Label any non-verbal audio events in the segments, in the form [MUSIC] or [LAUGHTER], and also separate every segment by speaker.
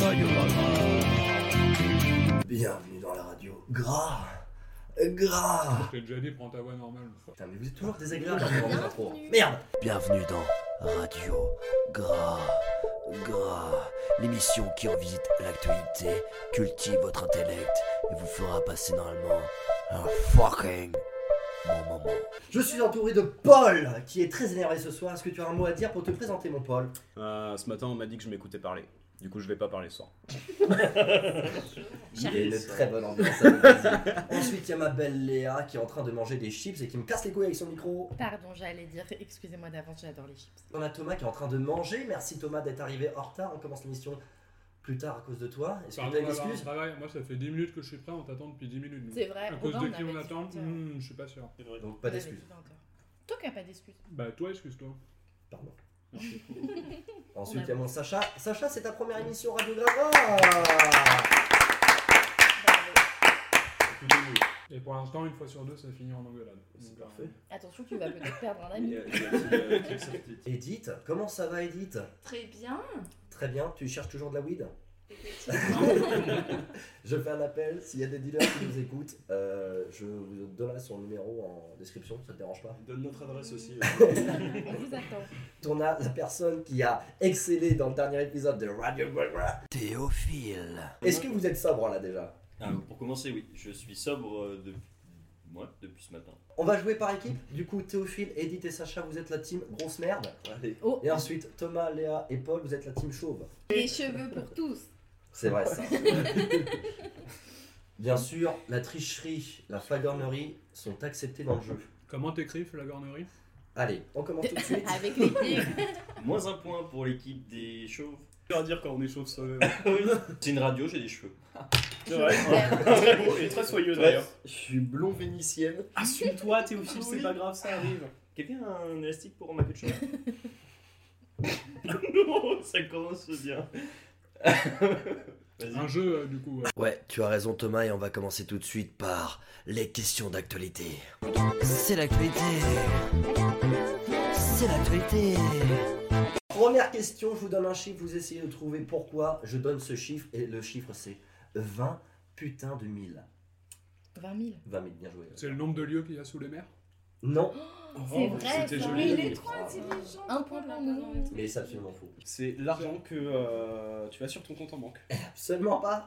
Speaker 1: Radio Gras. Bienvenue dans la radio. Gras Gras
Speaker 2: Je t'ai déjà dit, prends ta voix normale. une fois.
Speaker 1: Putain, mais vous êtes toujours désagréable en faisant l'intro. Merde Bienvenue dans Radio Gras Gras, l'émission qui revisite l'actualité, cultive votre intellect et vous fera passer normalement un fucking bon moment. Je suis entouré de Paul, qui est très énervé ce soir. Est-ce que tu as un mot à dire pour te présenter, mon Paul
Speaker 3: Euh, ce matin, on m'a dit que je m'écoutais parler. Du coup, je vais pas parler ce soir.
Speaker 1: Il y a une très bonne ambiance. [LAUGHS] ça me fait plaisir. Ensuite, il y a ma belle Léa qui est en train de manger des chips et qui me casse les couilles avec son micro.
Speaker 4: Pardon, j'allais dire, [LAUGHS] excusez-moi d'avance, j'adore les chips.
Speaker 1: On a Thomas qui est en train de manger. Merci Thomas d'être arrivé en retard. On commence l'émission plus tard à cause de toi. Est-ce que
Speaker 2: Pardon
Speaker 1: t'as une
Speaker 2: d'avoir un
Speaker 1: excuse
Speaker 2: travail. Moi, ça fait 10 minutes que je suis prêt, on t'attend depuis 10 minutes. nous.
Speaker 4: C'est vrai,
Speaker 2: À
Speaker 4: au
Speaker 2: cause
Speaker 4: bas,
Speaker 2: de
Speaker 4: on
Speaker 2: qui
Speaker 4: avait
Speaker 2: on
Speaker 4: dit
Speaker 2: attend
Speaker 4: tout à l'heure.
Speaker 2: Hmm, Je suis pas sûr.
Speaker 1: Donc pas
Speaker 4: On avait
Speaker 1: d'excuse.
Speaker 4: dit tout encore. Toi qui n'as pas d'excuse.
Speaker 2: Bah, toi, excuse-toi.
Speaker 1: [LAUGHS] Pardon.
Speaker 2: Merci.
Speaker 1: Ensuite,
Speaker 4: On a-
Speaker 1: il y a mon Sacha. Sacha, c'est ta première émission Radio Grava.
Speaker 4: Bravo.
Speaker 2: Et pour l'instant, une fois sur deux, ça finit en engueulade. Donc, euh,
Speaker 4: Attention, tu vas peut-être perdre un
Speaker 3: [LAUGHS]
Speaker 4: ami.
Speaker 3: euh, J'ai
Speaker 1: Edith, comment ça va, Edith
Speaker 5: Très bien.
Speaker 1: Très bien. Tu cherches toujours de la weed
Speaker 5: effectivement.
Speaker 1: Je fais un appel. S'il y a des dealers qui nous écoutent, euh, je vous donnerai son numéro en description. Ça te dérange pas
Speaker 3: Donne notre adresse aussi. euh. [LAUGHS]
Speaker 4: On vous attend.
Speaker 1: On a la personne qui a excellé dans le dernier épisode de Radio Gaga. Théophile. Est-ce que vous êtes sobre là déjà
Speaker 6: Ah, pour commencer, oui, je suis sobre euh, depuis, ouais, depuis ce matin.
Speaker 1: On va jouer par équipe. Du coup, Théophile, Edith et Sacha, vous êtes la team grosse merde.
Speaker 3: Allez.
Speaker 4: Oh.
Speaker 1: Et ensuite, Thomas, Léa et Paul, vous êtes la team chauve.
Speaker 5: Les cheveux pour tous.
Speaker 1: C'est vrai
Speaker 2: [LAUGHS]
Speaker 1: ça. Bien sûr, la tricherie, la flagornerie sont acceptées dans le jeu.
Speaker 2: Comment t'écris, flagornerie
Speaker 1: Allez, on commence tout de
Speaker 5: [LAUGHS]
Speaker 1: suite.
Speaker 4: Avec les pieds.
Speaker 6: Moins un point pour l'équipe des chauves.
Speaker 3: à dire quand on échauffe soi-même.
Speaker 6: C'est une radio, j'ai des cheveux.
Speaker 3: C'est vrai. [LAUGHS] Très beau et très soyeux d'ailleurs. Je suis blond vénitienne. Assume-toi, Théophile, c'est pas grave, ça arrive.
Speaker 6: Quelqu'un a un élastique pour ma queue de cheval Non, ça commence bien. Vas-y.
Speaker 2: Un jeu, euh, du coup. ouais.
Speaker 1: Ouais, tu as raison Thomas et on va commencer tout de suite par les questions d'actualité. C'est l'actualité. C'est l'actualité. Première question, je vous donne un chiffre, vous essayez de trouver pourquoi je donne ce chiffre et le chiffre c'est 20 putain de mille.
Speaker 4: 20 000.
Speaker 1: 20 000, bien joué.
Speaker 2: C'est le nombre de lieux qu'il y a sous les mers Oh,
Speaker 1: Non, Ah.
Speaker 4: C'est vrai,
Speaker 2: c'était
Speaker 4: ça.
Speaker 2: joli.
Speaker 5: Mais il est trop intelligent.
Speaker 4: Un point pour nous.
Speaker 1: mais c'est absolument faux.
Speaker 3: C'est l'argent que euh, tu as sur ton compte en banque.
Speaker 1: Absolument pas.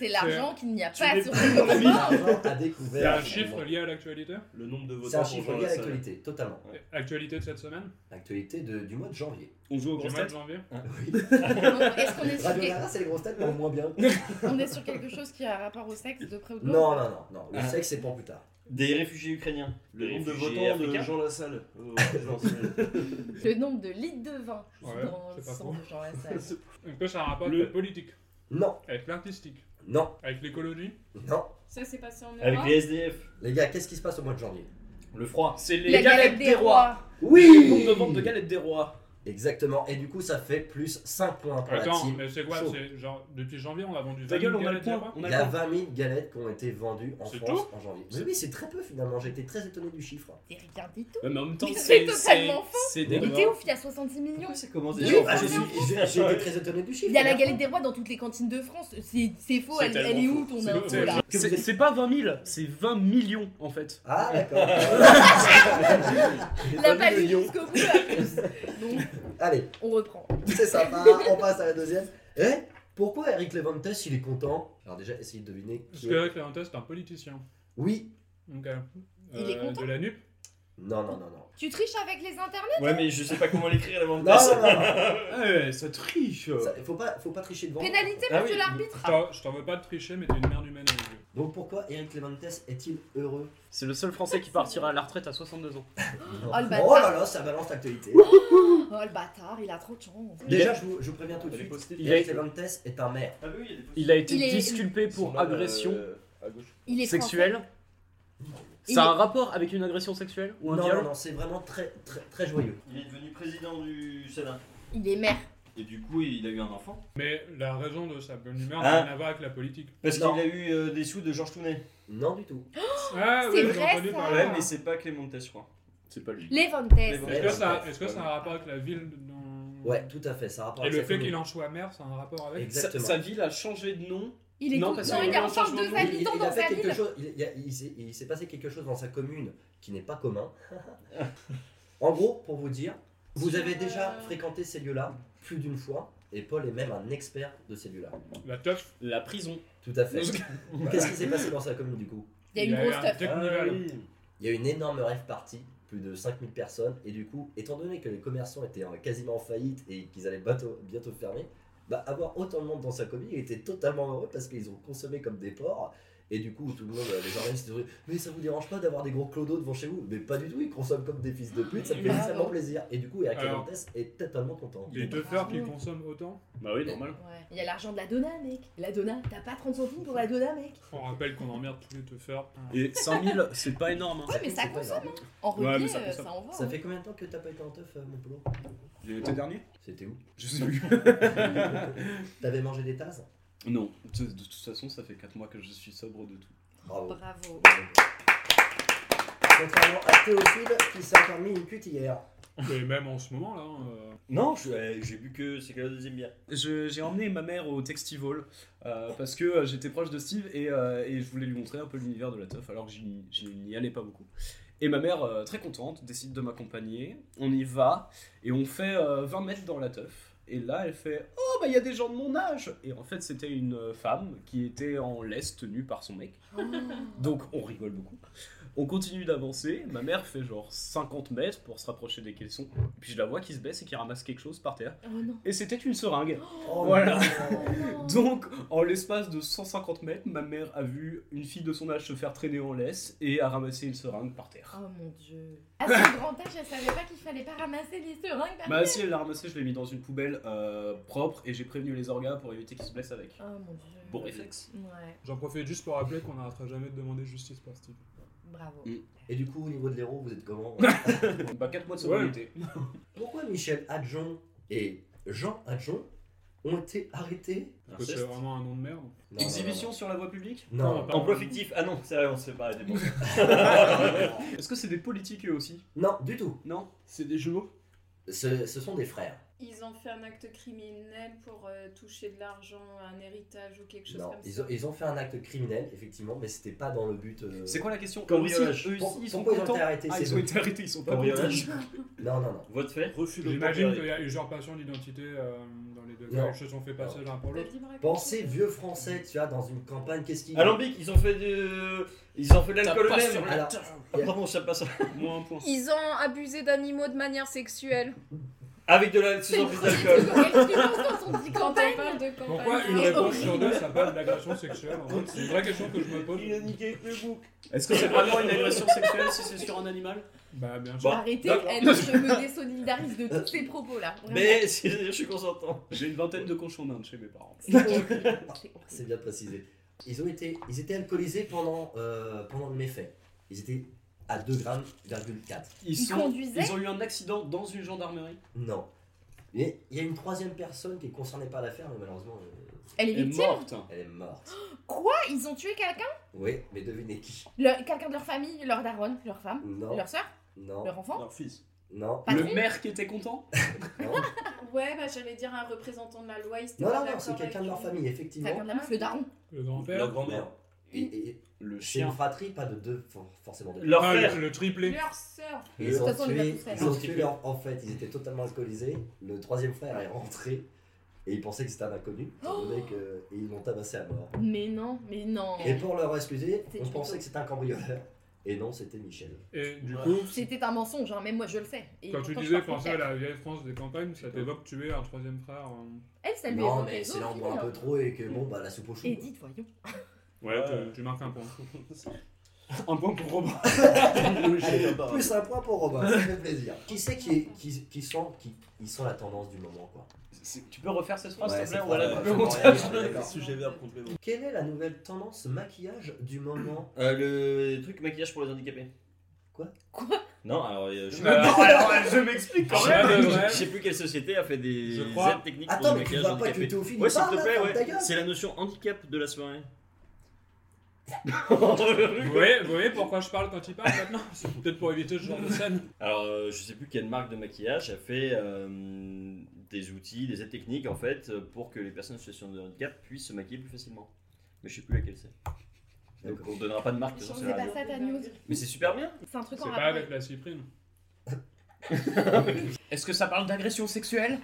Speaker 4: C'est l'argent qu'il n'y a
Speaker 3: Tu
Speaker 4: pas
Speaker 3: l'es
Speaker 4: sur
Speaker 3: pas,
Speaker 4: le
Speaker 3: mon ami.
Speaker 4: moment.
Speaker 1: L'argent a
Speaker 2: C'est
Speaker 1: découvert.
Speaker 2: un chiffre lié à l'actualité
Speaker 6: Le nombre de votants.
Speaker 1: C'est un
Speaker 6: pour
Speaker 1: chiffre
Speaker 6: Jean
Speaker 1: lié à
Speaker 6: Lassalle.
Speaker 1: l'actualité, totalement.
Speaker 6: Ouais.
Speaker 2: Actualité de cette semaine
Speaker 1: L'actualité de- du mois de janvier.
Speaker 3: On joue au
Speaker 2: Du
Speaker 3: gros
Speaker 2: mois de
Speaker 3: têtes
Speaker 2: janvier
Speaker 4: Donc, Est-ce qu'on est, sur
Speaker 1: Radio
Speaker 4: quel-
Speaker 1: Nara, c'est les grosses têtes, mais en moins
Speaker 4: [LAUGHS]
Speaker 1: bien.
Speaker 4: on est sur quelque chose qui a rapport au sexe de près ou de loin
Speaker 1: Non, non, non, non. Le
Speaker 6: Ah.
Speaker 1: sexe, c'est pour plus tard.
Speaker 6: Des réfugiés ukrainiens.
Speaker 3: Le
Speaker 6: Des
Speaker 3: nombre de
Speaker 6: réfugiés
Speaker 3: votants de
Speaker 6: africains.
Speaker 3: Jean Lassalle.
Speaker 4: Le nombre de litres de vin
Speaker 2: Ouais,
Speaker 4: dans le
Speaker 2: c'est pas faux.
Speaker 4: sang de Jean
Speaker 2: [LAUGHS]
Speaker 4: Lassalle.
Speaker 2: Est-ce que ça a un rapport
Speaker 3: Le-
Speaker 2: avec la politique
Speaker 1: Non,
Speaker 2: Avec l'artistique
Speaker 1: non,
Speaker 2: Avec l'écologie
Speaker 1: non.
Speaker 5: Ça s'est passé en
Speaker 6: Avec
Speaker 5: Europe.
Speaker 6: les SDF.
Speaker 1: Les gars, qu'est-ce qui se passe au mois de janvier
Speaker 6: Le froid.
Speaker 3: C'est les
Speaker 4: La galette des rois.
Speaker 3: Oui Nombre de ventes de galettes des rois.
Speaker 1: Exactement, et du coup ça fait plus 5 points pour la
Speaker 2: Attends,
Speaker 1: team.
Speaker 2: mais c'est quoi
Speaker 1: Chaud.
Speaker 2: C'est genre, depuis janvier, on a vendu 20
Speaker 3: Ah, Ta
Speaker 2: 000
Speaker 3: gueule, on a le
Speaker 2: galettes des
Speaker 3: point.
Speaker 2: rois
Speaker 3: On
Speaker 1: Il
Speaker 3: a
Speaker 1: y a
Speaker 3: le point.
Speaker 1: 20 000 galettes qui ont été vendues en
Speaker 2: C'est
Speaker 1: France en janvier. Mais
Speaker 3: C'est-
Speaker 1: oui, c'est très peu finalement, j'ai été très étonné du chiffre.
Speaker 4: Et rien du tout.
Speaker 3: Ouais, mais en même temps,
Speaker 4: Mais
Speaker 3: c'est
Speaker 4: c'est totalement faux.
Speaker 3: C'est des
Speaker 4: Et
Speaker 3: vins.
Speaker 4: Théophile, il y a 66 millions.
Speaker 6: Pourquoi ça commence
Speaker 4: Oui,
Speaker 6: déjà
Speaker 4: bah,
Speaker 1: je
Speaker 4: c'est
Speaker 1: suis- ah, j'ai j'ai été très étonné du chiffre.
Speaker 4: Il y a la
Speaker 1: les gars.
Speaker 4: galette des rois dans toutes les cantines de France. C'est c'est faux,
Speaker 3: C'est
Speaker 4: elle,
Speaker 3: tellement
Speaker 4: elle est où
Speaker 3: faux.
Speaker 4: ton
Speaker 3: C'est-
Speaker 4: info
Speaker 2: c'est-
Speaker 4: là
Speaker 2: que
Speaker 3: C'est c'est pas 20 000, c'est 20 millions en fait.
Speaker 1: Ah d'accord. [LAUGHS] J'ai
Speaker 4: [LAUGHS] La
Speaker 1: pas vu
Speaker 4: value
Speaker 1: le lion.
Speaker 4: jusqu'au bout en plus. Donc
Speaker 1: Allez,
Speaker 4: on reprend.
Speaker 1: c'est sympa, on passe à la deuxième. Eh pourquoi Eric Levantes il est content Alors déjà, essayez de deviner
Speaker 2: Parce
Speaker 1: qui
Speaker 2: que
Speaker 1: est.
Speaker 2: Eric Levantin, c'est un politicien.
Speaker 1: Oui,
Speaker 2: Donc, euh,
Speaker 4: Il est
Speaker 2: euh,
Speaker 4: content
Speaker 2: De la nupe
Speaker 1: non, non, non, non.
Speaker 5: Tu triches avec les internets
Speaker 6: Ouais, mais je sais pas comment l'écrire la
Speaker 1: Non,
Speaker 6: bande
Speaker 1: non, non,
Speaker 3: Eh, ça triche
Speaker 1: non. Ça- faut, pas, faut pas tricher devant.
Speaker 5: Pénalité,
Speaker 6: Ah oui.
Speaker 5: monsieur l'arbitre.
Speaker 2: Je t'en- je t'en veux pas de tricher, mais t'es une merde humaine avec Dieu.
Speaker 1: Donc pourquoi Eric Levantes est-il heureux
Speaker 3: C'est le seul français qui partira à la retraite à 62 ans.
Speaker 4: Oh, le bâtard.
Speaker 1: oh là là, ça balance l'actualité.
Speaker 4: Oh le bâtard, il a trop de chance.
Speaker 1: Déjà, je vous, je vous préviens tout de
Speaker 6: Elle est
Speaker 1: suite.
Speaker 6: postée.
Speaker 3: Il a-
Speaker 1: Eric Levantes est un maire.
Speaker 6: Ah bah oui, il y
Speaker 3: Il a
Speaker 6: a des postes.
Speaker 3: été
Speaker 4: Il est-
Speaker 3: disculpé pour agression
Speaker 6: euh,
Speaker 4: Il est
Speaker 3: sexuelle.
Speaker 4: Il
Speaker 3: Ça a un
Speaker 4: est-
Speaker 3: rapport avec une agression sexuelle ou un
Speaker 1: non,
Speaker 3: viol
Speaker 1: non, non, c'est vraiment très, très, très joyeux.
Speaker 6: Il est devenu président du Sénat.
Speaker 4: français. Il est maire.
Speaker 6: Et du coup, il a eu un enfant.
Speaker 2: Mais la raison de sa bonne humeur n'a
Speaker 4: Ah.
Speaker 6: Hein
Speaker 2: rien à voir avec la politique.
Speaker 6: Parce
Speaker 1: Non.
Speaker 6: qu'il a eu euh, des sous de Georges Tounet.
Speaker 1: Non, du tout.
Speaker 2: Ah,
Speaker 4: c'est
Speaker 2: oui, j'ai
Speaker 4: vrai,
Speaker 2: entendu
Speaker 4: ça.
Speaker 2: parler.
Speaker 6: Ouais, mais c'est pas Clément Tess, je crois.
Speaker 3: C'est pas lui.
Speaker 4: Les
Speaker 6: Les
Speaker 4: Vantes.
Speaker 6: Vantes.
Speaker 2: Est-ce que ça est-ce que
Speaker 6: Ouais.
Speaker 2: ça a un rapport avec la ville dont
Speaker 1: Ouais, tout à fait, ça a rapport
Speaker 2: Et
Speaker 1: avec
Speaker 2: le
Speaker 1: sa
Speaker 2: fait
Speaker 1: famille.
Speaker 2: qu'il est en choix mère, ça a un rapport avec.
Speaker 3: Sa,
Speaker 1: Exactement.
Speaker 3: sa ville a changé de nom.
Speaker 4: Il est
Speaker 3: Non,
Speaker 4: con-
Speaker 3: parce
Speaker 4: non,
Speaker 3: que
Speaker 4: il est
Speaker 3: on
Speaker 4: en
Speaker 3: change
Speaker 4: charge
Speaker 3: de
Speaker 4: deux
Speaker 3: nom.
Speaker 1: Il- il-
Speaker 4: habitants
Speaker 1: il a
Speaker 4: dans
Speaker 1: fait
Speaker 4: sa
Speaker 1: quelque
Speaker 4: ville.
Speaker 1: chose- il- il a- il s'est- il s'est passé quelque chose dans sa commune qui n'est pas commun. [LAUGHS] en gros, pour vous dire, vous avez déjà
Speaker 5: Euh.
Speaker 1: fréquenté ces lieux-là plus d'une fois, et Paul est même un expert de ces lieux-là.
Speaker 2: La teuf,
Speaker 3: La prison.
Speaker 1: Tout à fait.
Speaker 2: Voilà.
Speaker 1: Qu'est-ce qui s'est passé dans sa commune du coup
Speaker 4: Il y a une
Speaker 2: eu
Speaker 4: grosse
Speaker 2: un
Speaker 4: teuf.
Speaker 3: Ah
Speaker 2: technival.
Speaker 1: Il y a eu une énorme rêve partie, plus de 5000 personnes, et du coup, étant donné que les commerçants étaient euh, quasiment en faillite et qu'ils allaient bientôt, bientôt fermer, bah, avoir autant de monde dans sa commune, il était totalement heureux parce qu'ils ont consommé comme des porcs. Et du coup, tout le monde, euh, les organistes, ils ont dit Mais ça vous dérange pas d'avoir des gros clodos devant chez vous Mais pas du tout, ils consomment comme des fils de pute, ça me fait
Speaker 4: Ah,
Speaker 1: extrêmement
Speaker 4: non.
Speaker 1: plaisir. Et du coup, Eric
Speaker 2: Alors.
Speaker 1: Hernandez est totalement content.
Speaker 2: Les teufeurs qui consomment autant.
Speaker 3: Bah oui, normal.
Speaker 4: Ouais. Il y a l'argent de la donna, mec. La donna, t'as pas 30 centimes pour la donna, mec.
Speaker 2: On rappelle qu'on emmerde tous les
Speaker 4: [LAUGHS]
Speaker 2: teufeurs.
Speaker 3: Et 5000, c'est pas énorme. hein.
Speaker 4: Ouais, mais ça
Speaker 1: c'est pas grave.
Speaker 4: consomme. hein. En
Speaker 3: Ouais,
Speaker 4: relié,
Speaker 3: mais ça
Speaker 4: euh,
Speaker 3: consomme.
Speaker 4: ça en va.
Speaker 1: Ça
Speaker 4: hein.
Speaker 1: fait combien de temps que t'as pas été en teuf, euh, mon polo
Speaker 3: L'été dernier
Speaker 1: C'était [LAUGHS] où
Speaker 3: Je sais plus.
Speaker 1: T'avais mangé des tasses
Speaker 3: Non, de, de toute façon, ça fait 4 mois que je suis sobre de tout.
Speaker 1: Bravo.
Speaker 4: Bravo.
Speaker 1: Contrairement à Théophile qui s'est encore mis une cuite hier.
Speaker 2: Et même en ce moment là. euh,
Speaker 6: Non, je- euh, j'ai bu que c'est que la deuxième bière.
Speaker 3: Je- J'ai emmené ma mère au Textival euh, parce que euh, j'étais proche de Steve et, euh, et je voulais lui montrer un peu l'univers de la teuf alors que je n'y- je n'y allais pas beaucoup. Et ma mère, euh, très contente, décide de m'accompagner. On y va et on fait euh, 20 mètres dans la teuf. Et là, elle fait Oh, bah il y a des gens de mon âge Et en fait, c'était une euh, femme qui était en laisse tenue par son mec. Donc on rigole beaucoup. On continue d'avancer. Ma mère fait genre 50 mètres pour se rapprocher des caissons. Puis je la vois qui se baisse et qui ramasse quelque chose par terre.
Speaker 4: Oh
Speaker 3: [LAUGHS]
Speaker 4: non.
Speaker 3: Et c'était une seringue.
Speaker 1: Oh,
Speaker 3: Voilà.
Speaker 1: non.
Speaker 3: Donc, en l'espace de 150 mètres, ma mère a vu une fille de son âge se faire traîner en laisse et a ramassé une seringue par terre.
Speaker 4: Oh mon dieu.
Speaker 5: À son grand âge, elle savait pas qu'il fallait pas ramasser les seringues. par-
Speaker 3: Bah si elle l'a ramassée, je l'ai mis dans une poubelle euh, propre et j'ai prévenu les orgas pour éviter qu'ils se blessent avec.
Speaker 4: Oh mon dieu.
Speaker 3: Bon réflexe.
Speaker 4: Ouais.
Speaker 2: J'en profite juste pour rappeler qu'on n'arrêtera jamais de demander justice pour Steve.
Speaker 4: Bravo.
Speaker 3: Mm.
Speaker 1: Et du coup, au niveau de l'héros, vous
Speaker 3: [LAUGHS]
Speaker 1: êtes comment
Speaker 3: [LAUGHS] Bah 4 mois de
Speaker 2: Ouais.
Speaker 3: sobriété.
Speaker 1: Pourquoi Michel Adjon et Jean Adjon ont été arrêtés
Speaker 2: Parce que
Speaker 4: Ah,
Speaker 2: c'est
Speaker 6: Inceste.
Speaker 2: vraiment un nom de merde.
Speaker 1: Non,
Speaker 3: Exhibition sur la voie
Speaker 1: [LAUGHS]
Speaker 3: publique
Speaker 1: Non, non, non.
Speaker 2: Non,
Speaker 1: non.
Speaker 2: pas-
Speaker 6: Emploi fictif. Ah non, sérieux, on se fait pas des bons.
Speaker 3: Est-ce que c'est des politiques eux aussi
Speaker 1: Non, du tout.
Speaker 3: Non C'est des jumeaux
Speaker 1: Ce, ce sont des frères.
Speaker 5: Ils ont fait un acte criminel pour euh, toucher de l'argent, un héritage ou quelque chose
Speaker 1: Non,
Speaker 5: comme
Speaker 1: ils
Speaker 5: ça.
Speaker 1: ont, ils ont fait un acte criminel, effectivement, mais c'était pas dans le but. euh,
Speaker 3: C'est quoi la question Eux aussi,
Speaker 6: Cambriolage.
Speaker 3: eux
Speaker 1: Pour-
Speaker 3: aussi, ils sont
Speaker 1: pourquoi ils ont
Speaker 3: contents
Speaker 1: été arrêtés
Speaker 3: Ah
Speaker 1: ces
Speaker 3: ils ont
Speaker 1: deux
Speaker 3: été arrêtés, ils sont pas contents.
Speaker 6: Cambriolage.
Speaker 1: Non, non, non.
Speaker 6: Voie de fait. Refus de
Speaker 2: J'imagine qu'il y a usurpation d'identité euh, dans les deux
Speaker 1: Non.
Speaker 2: cas. Ils se sont fait passer l'un pour l'autre.
Speaker 5: Vas-y, me raconte.
Speaker 1: Pensez vieux français, tu vois, dans une campagne, qu'est-ce qu'ils.
Speaker 6: Alambic, ils ont fait de. Ils ont fait de l'alcool
Speaker 3: T'as pas
Speaker 6: eux-mêmes.
Speaker 3: sur
Speaker 1: Alors,
Speaker 6: Ah, pardon, ça passe.
Speaker 3: Moins un point.
Speaker 7: Ils ont abusé d'animaux de manière sexuelle.
Speaker 6: Avec de la sous plus d'alcool.
Speaker 4: Quand on dit
Speaker 5: Quand on
Speaker 4: campagne,
Speaker 5: parle de campagne.
Speaker 2: Pourquoi une
Speaker 4: c'est
Speaker 2: réponse sur deux, ça parle d'agression sexuelle en fait C'est une vraie question que je me pose.
Speaker 6: niqué Facebook.
Speaker 3: Est-ce que c'est vraiment une agression sexuelle si c'est sur un animal
Speaker 2: Bah, bien sûr.
Speaker 6: Bon,
Speaker 4: arrêtez,
Speaker 6: d'accord.
Speaker 4: elle, je me désolidarise de tous ces propos là.
Speaker 6: Mais [LAUGHS] c'est- je suis consentant.
Speaker 3: J'ai une vingtaine de cochons d'Inde chez mes parents.
Speaker 4: C'est horrible. C'est
Speaker 1: C'est
Speaker 4: horrible.
Speaker 1: bien précisé. Ils, ont été, ils étaient alcoolisés pendant, euh, pendant le méfait. Ils étaient à 2 grammes, 4.
Speaker 3: Ils,
Speaker 4: Ils
Speaker 3: sont-
Speaker 4: conduisaient
Speaker 3: Ils ont eu un accident dans une gendarmerie.
Speaker 1: Non. Mais il y a une troisième personne qui est concernée par l'affaire, mais malheureusement, euh,
Speaker 4: Elle est
Speaker 3: Elle est
Speaker 4: victime
Speaker 3: morte.
Speaker 1: elle est morte.
Speaker 4: Quoi Ils ont tué quelqu'un
Speaker 1: Oui, mais devinez qui
Speaker 4: Leur- Quelqu'un de leur famille, leur daronne, leur femme,
Speaker 1: Non,
Speaker 4: leur soeur,
Speaker 1: non,
Speaker 4: leur enfant
Speaker 3: Leur fils.
Speaker 1: non,
Speaker 4: Patron
Speaker 3: Le maire qui était content
Speaker 1: non.
Speaker 5: Ouais, bah j'allais dire un représentant de la loi. ils étaient
Speaker 1: Non,
Speaker 5: pas
Speaker 1: non, non,
Speaker 5: d'accord
Speaker 1: c'est quelqu'un de
Speaker 5: avec
Speaker 1: leur
Speaker 5: lui.
Speaker 1: famille, effectivement.
Speaker 4: Quelqu'un de la meuf, le daron.
Speaker 2: Le
Speaker 6: Leur
Speaker 2: grand-père.
Speaker 6: grand-mère.
Speaker 1: Et, et-
Speaker 3: Le
Speaker 1: c'est une
Speaker 3: chien.
Speaker 1: fratrie, pas de deux, for- forcément deux.
Speaker 6: Leur
Speaker 2: Ah,
Speaker 6: frère. [LAUGHS]
Speaker 2: le, le triplé.
Speaker 5: Leur sœur.
Speaker 1: Ils ont
Speaker 4: toute façon, on les a
Speaker 1: tué,
Speaker 4: tous fait.
Speaker 1: ils ont
Speaker 6: Non,
Speaker 1: tué
Speaker 6: c'est
Speaker 1: leur- en fait, ils étaient totalement alcoolisés. Le troisième frère est rentré et il pensait que c'était un inconnu. étant
Speaker 4: Oh
Speaker 1: donné que- et ils l'ont tabassé à mort.
Speaker 4: Mais non, mais non.
Speaker 1: Et pour leur excuser,
Speaker 4: C'est
Speaker 1: on
Speaker 4: du
Speaker 1: pensait
Speaker 4: tout.
Speaker 1: que c'était un cambrioleur. Et non, c'était Michel.
Speaker 2: Et du
Speaker 6: Ouais.
Speaker 2: coup,
Speaker 4: C'était un mensonge, hein, même moi je le sais. Et
Speaker 2: quand tu
Speaker 4: pourtant, je
Speaker 2: disais
Speaker 4: pars contre
Speaker 2: penser à
Speaker 4: elle.
Speaker 2: la vieille France des campagnes, ça t'évoque tuer un troisième frère. hein.
Speaker 4: Elle, ça lui
Speaker 1: Non,
Speaker 4: évoquait
Speaker 1: mais c'est là on
Speaker 4: Sophie,
Speaker 1: boit un
Speaker 4: hein.
Speaker 1: peu trop et que bon,
Speaker 5: Mm.
Speaker 1: bah la soupe au chou.
Speaker 4: Et dites, voyons.
Speaker 2: Ouais,
Speaker 6: Ouais.
Speaker 2: tu- tu marques un point.
Speaker 3: Un point pour Robin.
Speaker 1: Allez, plus un point pour Robin, ça fait
Speaker 5: [LAUGHS]
Speaker 1: plaisir. Qui c'est qui, est- qui, qui sent qui, ils sont la tendance du moment quoi
Speaker 3: [LAUGHS] C'est- Tu peux refaire cette phrase, s'il te
Speaker 1: c'est
Speaker 3: plaît On va la
Speaker 1: pas-
Speaker 3: couper au
Speaker 1: c'est
Speaker 3: montage.
Speaker 1: pas-
Speaker 6: [LAUGHS]
Speaker 1: d'accord.
Speaker 6: Sujet verbe complément.
Speaker 1: Quelle est la nouvelle tendance maquillage du moment
Speaker 6: Euh, le truc maquillage pour les handicapés.
Speaker 1: Quoi
Speaker 4: Quoi
Speaker 6: Non, alors euh, je,
Speaker 2: Euh,
Speaker 6: alors, alors, je m'explique quand
Speaker 2: Ah,
Speaker 6: même.
Speaker 2: de vrai.
Speaker 6: Je sais plus quelle société a fait des
Speaker 2: Je crois.
Speaker 6: aides techniques pour
Speaker 1: Attends,
Speaker 6: le
Speaker 1: mais tu
Speaker 6: maquillage
Speaker 1: vois pas que
Speaker 6: handicapé.
Speaker 1: Théophile
Speaker 6: Ouais,
Speaker 1: il
Speaker 6: s'il
Speaker 1: parle
Speaker 6: te
Speaker 1: là,
Speaker 6: plaît,
Speaker 1: ferme ta
Speaker 6: ouais.
Speaker 1: gueule.
Speaker 6: C'est la notion handicap de
Speaker 1: [LAUGHS]
Speaker 6: la soirée. [LAUGHS] Oh,
Speaker 2: Vous voyez, vous voyez pourquoi je parle quand il parle maintenant C'est peut-être pour éviter ce genre de scène.
Speaker 6: Alors, euh, je sais plus quelle marque de maquillage a fait euh, des outils, des aides techniques en fait, euh, pour que les personnes en situation de handicap puissent se maquiller plus facilement. Mais je sais plus laquelle c'est. Donc on donnera pas de marque, de toute façon, c'est
Speaker 5: C'est
Speaker 6: la
Speaker 4: pas
Speaker 6: radio.
Speaker 4: ça ta news.
Speaker 6: Mais c'est super bien.
Speaker 4: C'est un truc
Speaker 2: C'est
Speaker 4: en
Speaker 2: pas
Speaker 4: rapport.
Speaker 2: avec la cyprine.
Speaker 3: Est-ce que ça parle d'agression sexuelle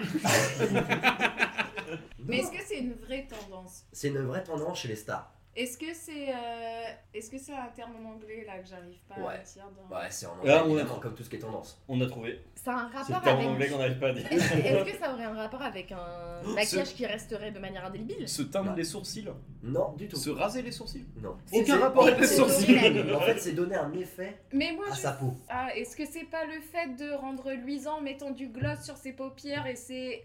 Speaker 5: Mais est-ce que c'est une vraie tendance
Speaker 1: C'est une vraie tendance chez les stars.
Speaker 5: Est-ce que c'est euh, est-ce que c'est un terme en anglais là que j'arrive pas à
Speaker 1: Ouais.
Speaker 5: dire dans...
Speaker 1: Ah, Ouais, c'est en
Speaker 6: Là,
Speaker 1: anglais,
Speaker 6: on a-
Speaker 1: évidemment, comme tout ce qui est tendance.
Speaker 6: On a trouvé.
Speaker 4: C'est un
Speaker 6: C'est le
Speaker 4: rapport
Speaker 6: terme en anglais
Speaker 4: avec.
Speaker 6: qu'on n'arrive pas à dire.
Speaker 4: Est-ce [LAUGHS] est-ce que ça aurait un rapport avec un maquillage qui resterait de manière indélébile
Speaker 3: Se teindre
Speaker 1: Non.
Speaker 3: les sourcils
Speaker 1: Non, du tout.
Speaker 3: Se raser les sourcils
Speaker 1: Non.
Speaker 3: Aucun
Speaker 1: C'est-
Speaker 3: rapport avec
Speaker 1: c'est-
Speaker 3: les
Speaker 1: c'est-
Speaker 3: sourcils.
Speaker 1: [LAUGHS]
Speaker 3: [LAUGHS]
Speaker 1: En fait, c'est donner un effet
Speaker 5: Mais moi
Speaker 1: à
Speaker 5: je
Speaker 1: sa peau.
Speaker 5: Ah, est-ce que c'est pas le fait de rendre luisant en mettant du gloss sur ses paupières et ses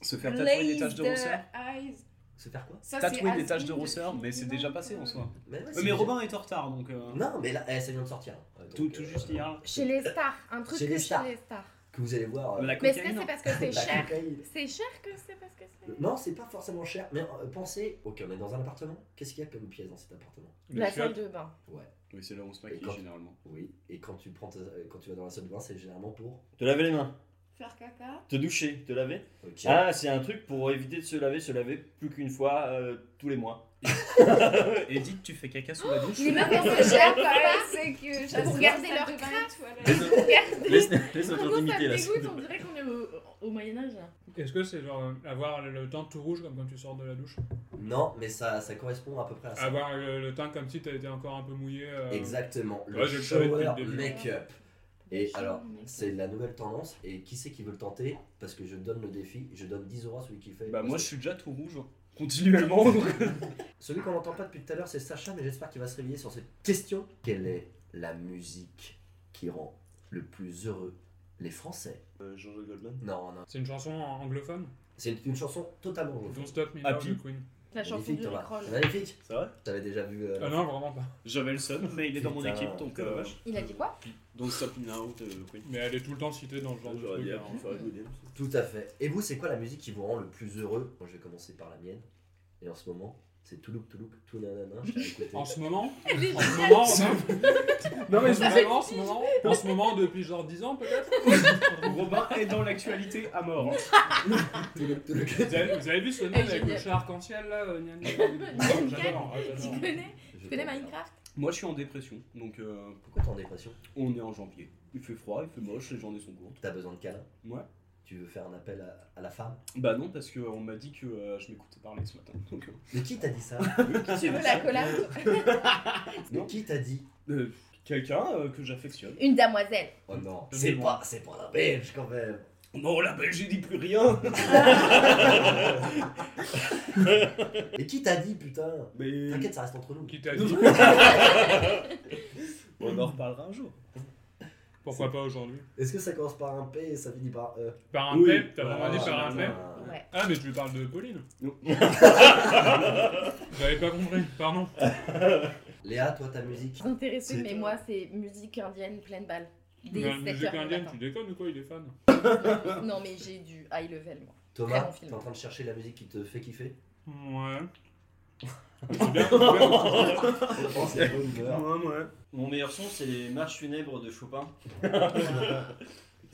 Speaker 3: Se faire tatouer des taches
Speaker 5: glazed
Speaker 3: de rosseur
Speaker 5: eyes
Speaker 1: Se faire quoi
Speaker 5: Ça, c'est
Speaker 3: Tatouer des
Speaker 5: Asmin
Speaker 3: taches de
Speaker 5: depuis
Speaker 3: rosseur, mais c'est déjà
Speaker 5: longtemps.
Speaker 3: passé en soi.
Speaker 1: Mais, ouais,
Speaker 3: Ouais,
Speaker 1: c'est
Speaker 3: Mais
Speaker 1: déjà-
Speaker 3: Robin est en retard donc. euh,
Speaker 1: Non, mais là, eh, ça vient de sortir. hein.
Speaker 3: Tout,
Speaker 1: Donc,
Speaker 3: tout
Speaker 1: euh,
Speaker 3: juste hier.
Speaker 4: Chez les stars, un truc
Speaker 1: Chez
Speaker 4: que
Speaker 1: les stars.
Speaker 4: chez les stars.
Speaker 1: Que vous allez voir. euh,
Speaker 3: La
Speaker 4: Mais est-ce que
Speaker 3: cocaïne.
Speaker 4: c'est parce que
Speaker 1: [LAUGHS]
Speaker 4: c'est
Speaker 1: la
Speaker 4: cher
Speaker 1: cocaïne.
Speaker 4: C'est cher que c'est parce que c'est.
Speaker 1: Non, c'est pas forcément cher, mais euh, pensez. Ok, on est dans un appartement. Qu'est-ce qu'il y a comme pièce dans cet appartement
Speaker 2: Les
Speaker 4: La salle
Speaker 2: chiottes.
Speaker 4: de bain.
Speaker 1: Ouais.
Speaker 3: Oui, c'est là où on se
Speaker 1: Et quand-
Speaker 3: maquille généralement.
Speaker 1: Oui. Et quand tu prends, tes- euh, quand tu vas dans la salle de bain, c'est généralement pour.
Speaker 6: Te laver les mains,
Speaker 5: Faire caca
Speaker 6: te doucher, te laver.
Speaker 1: Ok.
Speaker 6: Ah, c'est un truc pour éviter de se laver, se laver plus qu'une fois euh, tous les mois.
Speaker 3: Edith, tu fais caca sous la douche [LAUGHS]
Speaker 4: Les meufs
Speaker 5: Ce
Speaker 4: dans
Speaker 5: que
Speaker 4: ce
Speaker 5: j'aime
Speaker 4: genre,
Speaker 5: pas, c'est que j'adore
Speaker 4: Pour
Speaker 5: la
Speaker 4: garder
Speaker 5: salle
Speaker 4: leur
Speaker 5: de bain et
Speaker 4: crasse.
Speaker 5: toilette.
Speaker 4: [LAUGHS]
Speaker 6: Laisse, laisse, laisse notre
Speaker 4: Comment ça
Speaker 6: intimité,
Speaker 4: me
Speaker 6: là.
Speaker 4: dégoûte On dirait qu'on est au, au Moyen-Âge.
Speaker 2: Est-ce que c'est genre euh, avoir le teint tout rouge comme quand tu sors de la douche
Speaker 1: Non, mais ça, ça correspond à peu près à
Speaker 3: Ah bah,
Speaker 1: ça.
Speaker 2: Avoir Ah, bah, le, le teint comme si t'as été encore un peu mouillé. euh,
Speaker 1: Exactement. Le
Speaker 2: Ouais, je le savais depuis le
Speaker 1: shower
Speaker 2: début.
Speaker 1: make-up. Et alors,
Speaker 4: mec.
Speaker 1: c'est la nouvelle tendance. Et qui c'est qui veut le tenter Parce que je donne le défi. Je donne 10 euros à celui qui le fait.
Speaker 3: Bah
Speaker 1: Parce
Speaker 3: moi
Speaker 1: que-
Speaker 3: je suis déjà tout rouge. Continuellement. [LAUGHS]
Speaker 1: Celui qu'on n'entend pas depuis tout à l'heure, c'est Sacha, mais j'espère qu'il va se réveiller sur cette question. Quelle est la musique qui rend le plus heureux les Français
Speaker 6: Euh, Jean-Jacques Goldman.
Speaker 1: Non, non.
Speaker 2: C'est une chanson en- anglophone
Speaker 1: C'est une chanson totalement
Speaker 2: Don't
Speaker 1: anglophone.
Speaker 2: Stop Me Now
Speaker 3: Happy.
Speaker 2: de Queen.
Speaker 4: La chanson
Speaker 1: Magnifique,
Speaker 4: de
Speaker 1: Thomas.
Speaker 4: Rickroll.
Speaker 1: Magnifique.
Speaker 6: C'est vrai
Speaker 1: T'avais déjà vu. euh,
Speaker 2: Ah non, vraiment pas.
Speaker 3: J'avais le seum, mais il est dans mon
Speaker 1: Putain,
Speaker 3: équipe donc.
Speaker 6: putain,
Speaker 3: euh,
Speaker 6: la vache.
Speaker 4: Il a dit quoi
Speaker 3: Don't stop me now, euh, Queen.
Speaker 2: Mais elle est tout le temps citée dans ce genre de
Speaker 6: J'aurais
Speaker 2: truc.
Speaker 6: dit
Speaker 2: hein.
Speaker 6: Happy Pharrell Williams.
Speaker 1: Tout à fait. Et vous, c'est quoi la musique qui vous rend le plus heureux Moi, je vais commencer par la mienne. Et en ce moment, c'est Toulouk Toulouk Tout Nanana. Je t'ai écouté.
Speaker 2: [LAUGHS] En ce moment
Speaker 4: Elle est
Speaker 2: En
Speaker 4: [LAUGHS]
Speaker 2: ce moment on- Non mais
Speaker 4: Ça
Speaker 2: vraiment, en ce moment En ce moment, depuis genre 10 ans peut-être
Speaker 3: Robin est dans l'actualité à mort. hein.
Speaker 1: Toulouk Toulouk.
Speaker 2: vous, avez, vous avez vu ce
Speaker 4: Elle
Speaker 2: nez
Speaker 4: est
Speaker 2: avec le
Speaker 4: géniale.
Speaker 2: chat arc-en-ciel là euh,
Speaker 4: [LAUGHS]
Speaker 2: gna gna J'adore, j'adore.
Speaker 4: Tu connais
Speaker 1: Je
Speaker 4: Tu connais
Speaker 1: t'en-
Speaker 4: Minecraft
Speaker 3: Moi je suis en dépression donc euh,
Speaker 1: Pourquoi t'es en dépression
Speaker 3: on est en janvier. Il fait froid, il fait moche, les journées sont courtes.
Speaker 1: T'as besoin de câlin
Speaker 3: Ouais.
Speaker 1: Tu veux faire un appel à, à la femme
Speaker 3: Bah non parce qu'on m'a dit que euh, je m'écoutais parler ce matin donc. euh,
Speaker 1: Mais qui t'a dit ça
Speaker 4: Tu veux la collab
Speaker 1: Mais qui t'a dit
Speaker 3: euh, Quelqu'un euh, que j'affectionne.
Speaker 4: Une damoiselle.
Speaker 1: Oh non,
Speaker 2: Je
Speaker 1: c'est
Speaker 2: sais
Speaker 1: pas, c'est pas la Belge quand même.
Speaker 3: Non la Belgique dit plus rien.
Speaker 1: Mais qui t'a dit putain
Speaker 3: Mais
Speaker 1: T'inquiète, ça reste entre nous.
Speaker 2: Qui t'a dit
Speaker 3: on en reparlera un jour.
Speaker 2: Pourquoi pas aujourd'hui
Speaker 1: Est-ce que ça commence par un P et ça finit par E
Speaker 2: Par un
Speaker 3: Oui.
Speaker 2: pep T'as vraiment dit
Speaker 1: Ah,
Speaker 2: par un pep
Speaker 1: putain.
Speaker 4: Ouais.
Speaker 2: Ah mais tu lui parles de Pauline
Speaker 3: Non.
Speaker 2: [LAUGHS] J'avais pas compris, pardon.
Speaker 1: Léa, toi ta musique
Speaker 4: Intéressée,
Speaker 1: C'est-
Speaker 4: mais moi, c'est musique indienne pleine balle.
Speaker 2: Mais
Speaker 4: Des
Speaker 2: la
Speaker 4: 7
Speaker 2: musique
Speaker 4: heures du
Speaker 2: indienne,
Speaker 4: matin.
Speaker 2: tu déconnes ou quoi Il est fan.
Speaker 4: [LAUGHS] Non, mais j'ai du high level, moi. Très
Speaker 1: Thomas,
Speaker 4: bon film.
Speaker 1: t'es en train de chercher la musique qui te fait kiffer
Speaker 2: Ouais. C'est bien, c'est bien.
Speaker 1: Je pense que c'est bonne humeur.
Speaker 3: ouais.
Speaker 6: Mon meilleur son, c'est les marches funèbres
Speaker 3: [LAUGHS]
Speaker 6: de Chopin. Parce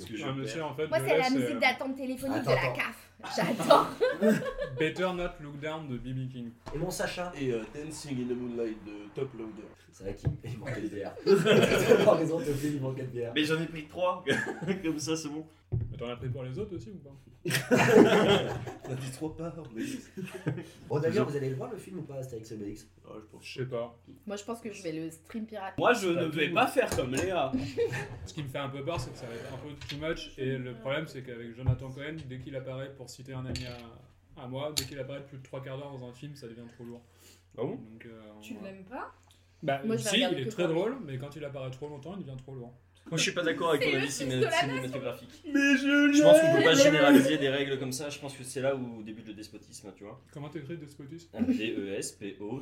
Speaker 6: que je
Speaker 2: Un monsieur Ah, en fait.
Speaker 4: Moi,
Speaker 2: de
Speaker 4: c'est la
Speaker 2: l'Est,
Speaker 4: musique
Speaker 2: euh,
Speaker 4: d'attente téléphonique
Speaker 1: Attends,
Speaker 4: de la
Speaker 1: attends.
Speaker 4: CAF. J'adore.
Speaker 2: Better Not Look Down de BB King.
Speaker 1: Et mon Sacha
Speaker 8: Et euh, Dancing in the Moonlight de Top Loader.
Speaker 1: C'est vrai qu'il il manquait de
Speaker 8: [LAUGHS]
Speaker 1: bière. T'as raison, te plaît, il manquait de bière.
Speaker 6: Mais j'en ai pris trois, [LAUGHS] comme ça c'est bon.
Speaker 2: Mais T'en as pris pour les autres aussi ou pas
Speaker 8: T'as dit trop peur, mais.
Speaker 1: Bon d'ailleurs, vous allez le voir le film ou pas Astérix et Obélix
Speaker 8: Oh, je pense.
Speaker 2: Je sais pas.
Speaker 4: [LAUGHS] Moi, je pense que je vais le stream pirate.
Speaker 3: Moi je ne
Speaker 2: tout.
Speaker 3: vais pas faire comme Léa.
Speaker 2: Ce qui me fait un peu peur, c'est que ça va être un peu too much. Et le problème, c'est qu'avec Jonathan Cohen, dès qu'il apparaît, pour citer un ami à, à moi, dès qu'il apparaît plus de 3 quarts d'heure dans un film, ça devient trop lourd.
Speaker 3: Ah bon
Speaker 2: Donc, euh,
Speaker 5: Tu
Speaker 2: voilà.
Speaker 5: l'aimes pas
Speaker 2: Bah,
Speaker 4: Moi, je vais
Speaker 2: si,
Speaker 4: regarder
Speaker 2: il est
Speaker 4: que
Speaker 2: très
Speaker 4: pour lui.
Speaker 2: drôle, mais quand il apparaît trop longtemps, il devient trop lourd.
Speaker 6: Moi je suis pas d'accord avec
Speaker 4: C'est
Speaker 6: ton
Speaker 4: le
Speaker 6: avis
Speaker 4: fils de
Speaker 6: ciné-
Speaker 4: la nation.
Speaker 6: cinématographique.
Speaker 3: Mais je
Speaker 6: Je pense qu'on peut pas généraliser des règles comme ça, je pense que c'est là où débute le despotisme, tu vois. E
Speaker 2: Comment t'écris Despotis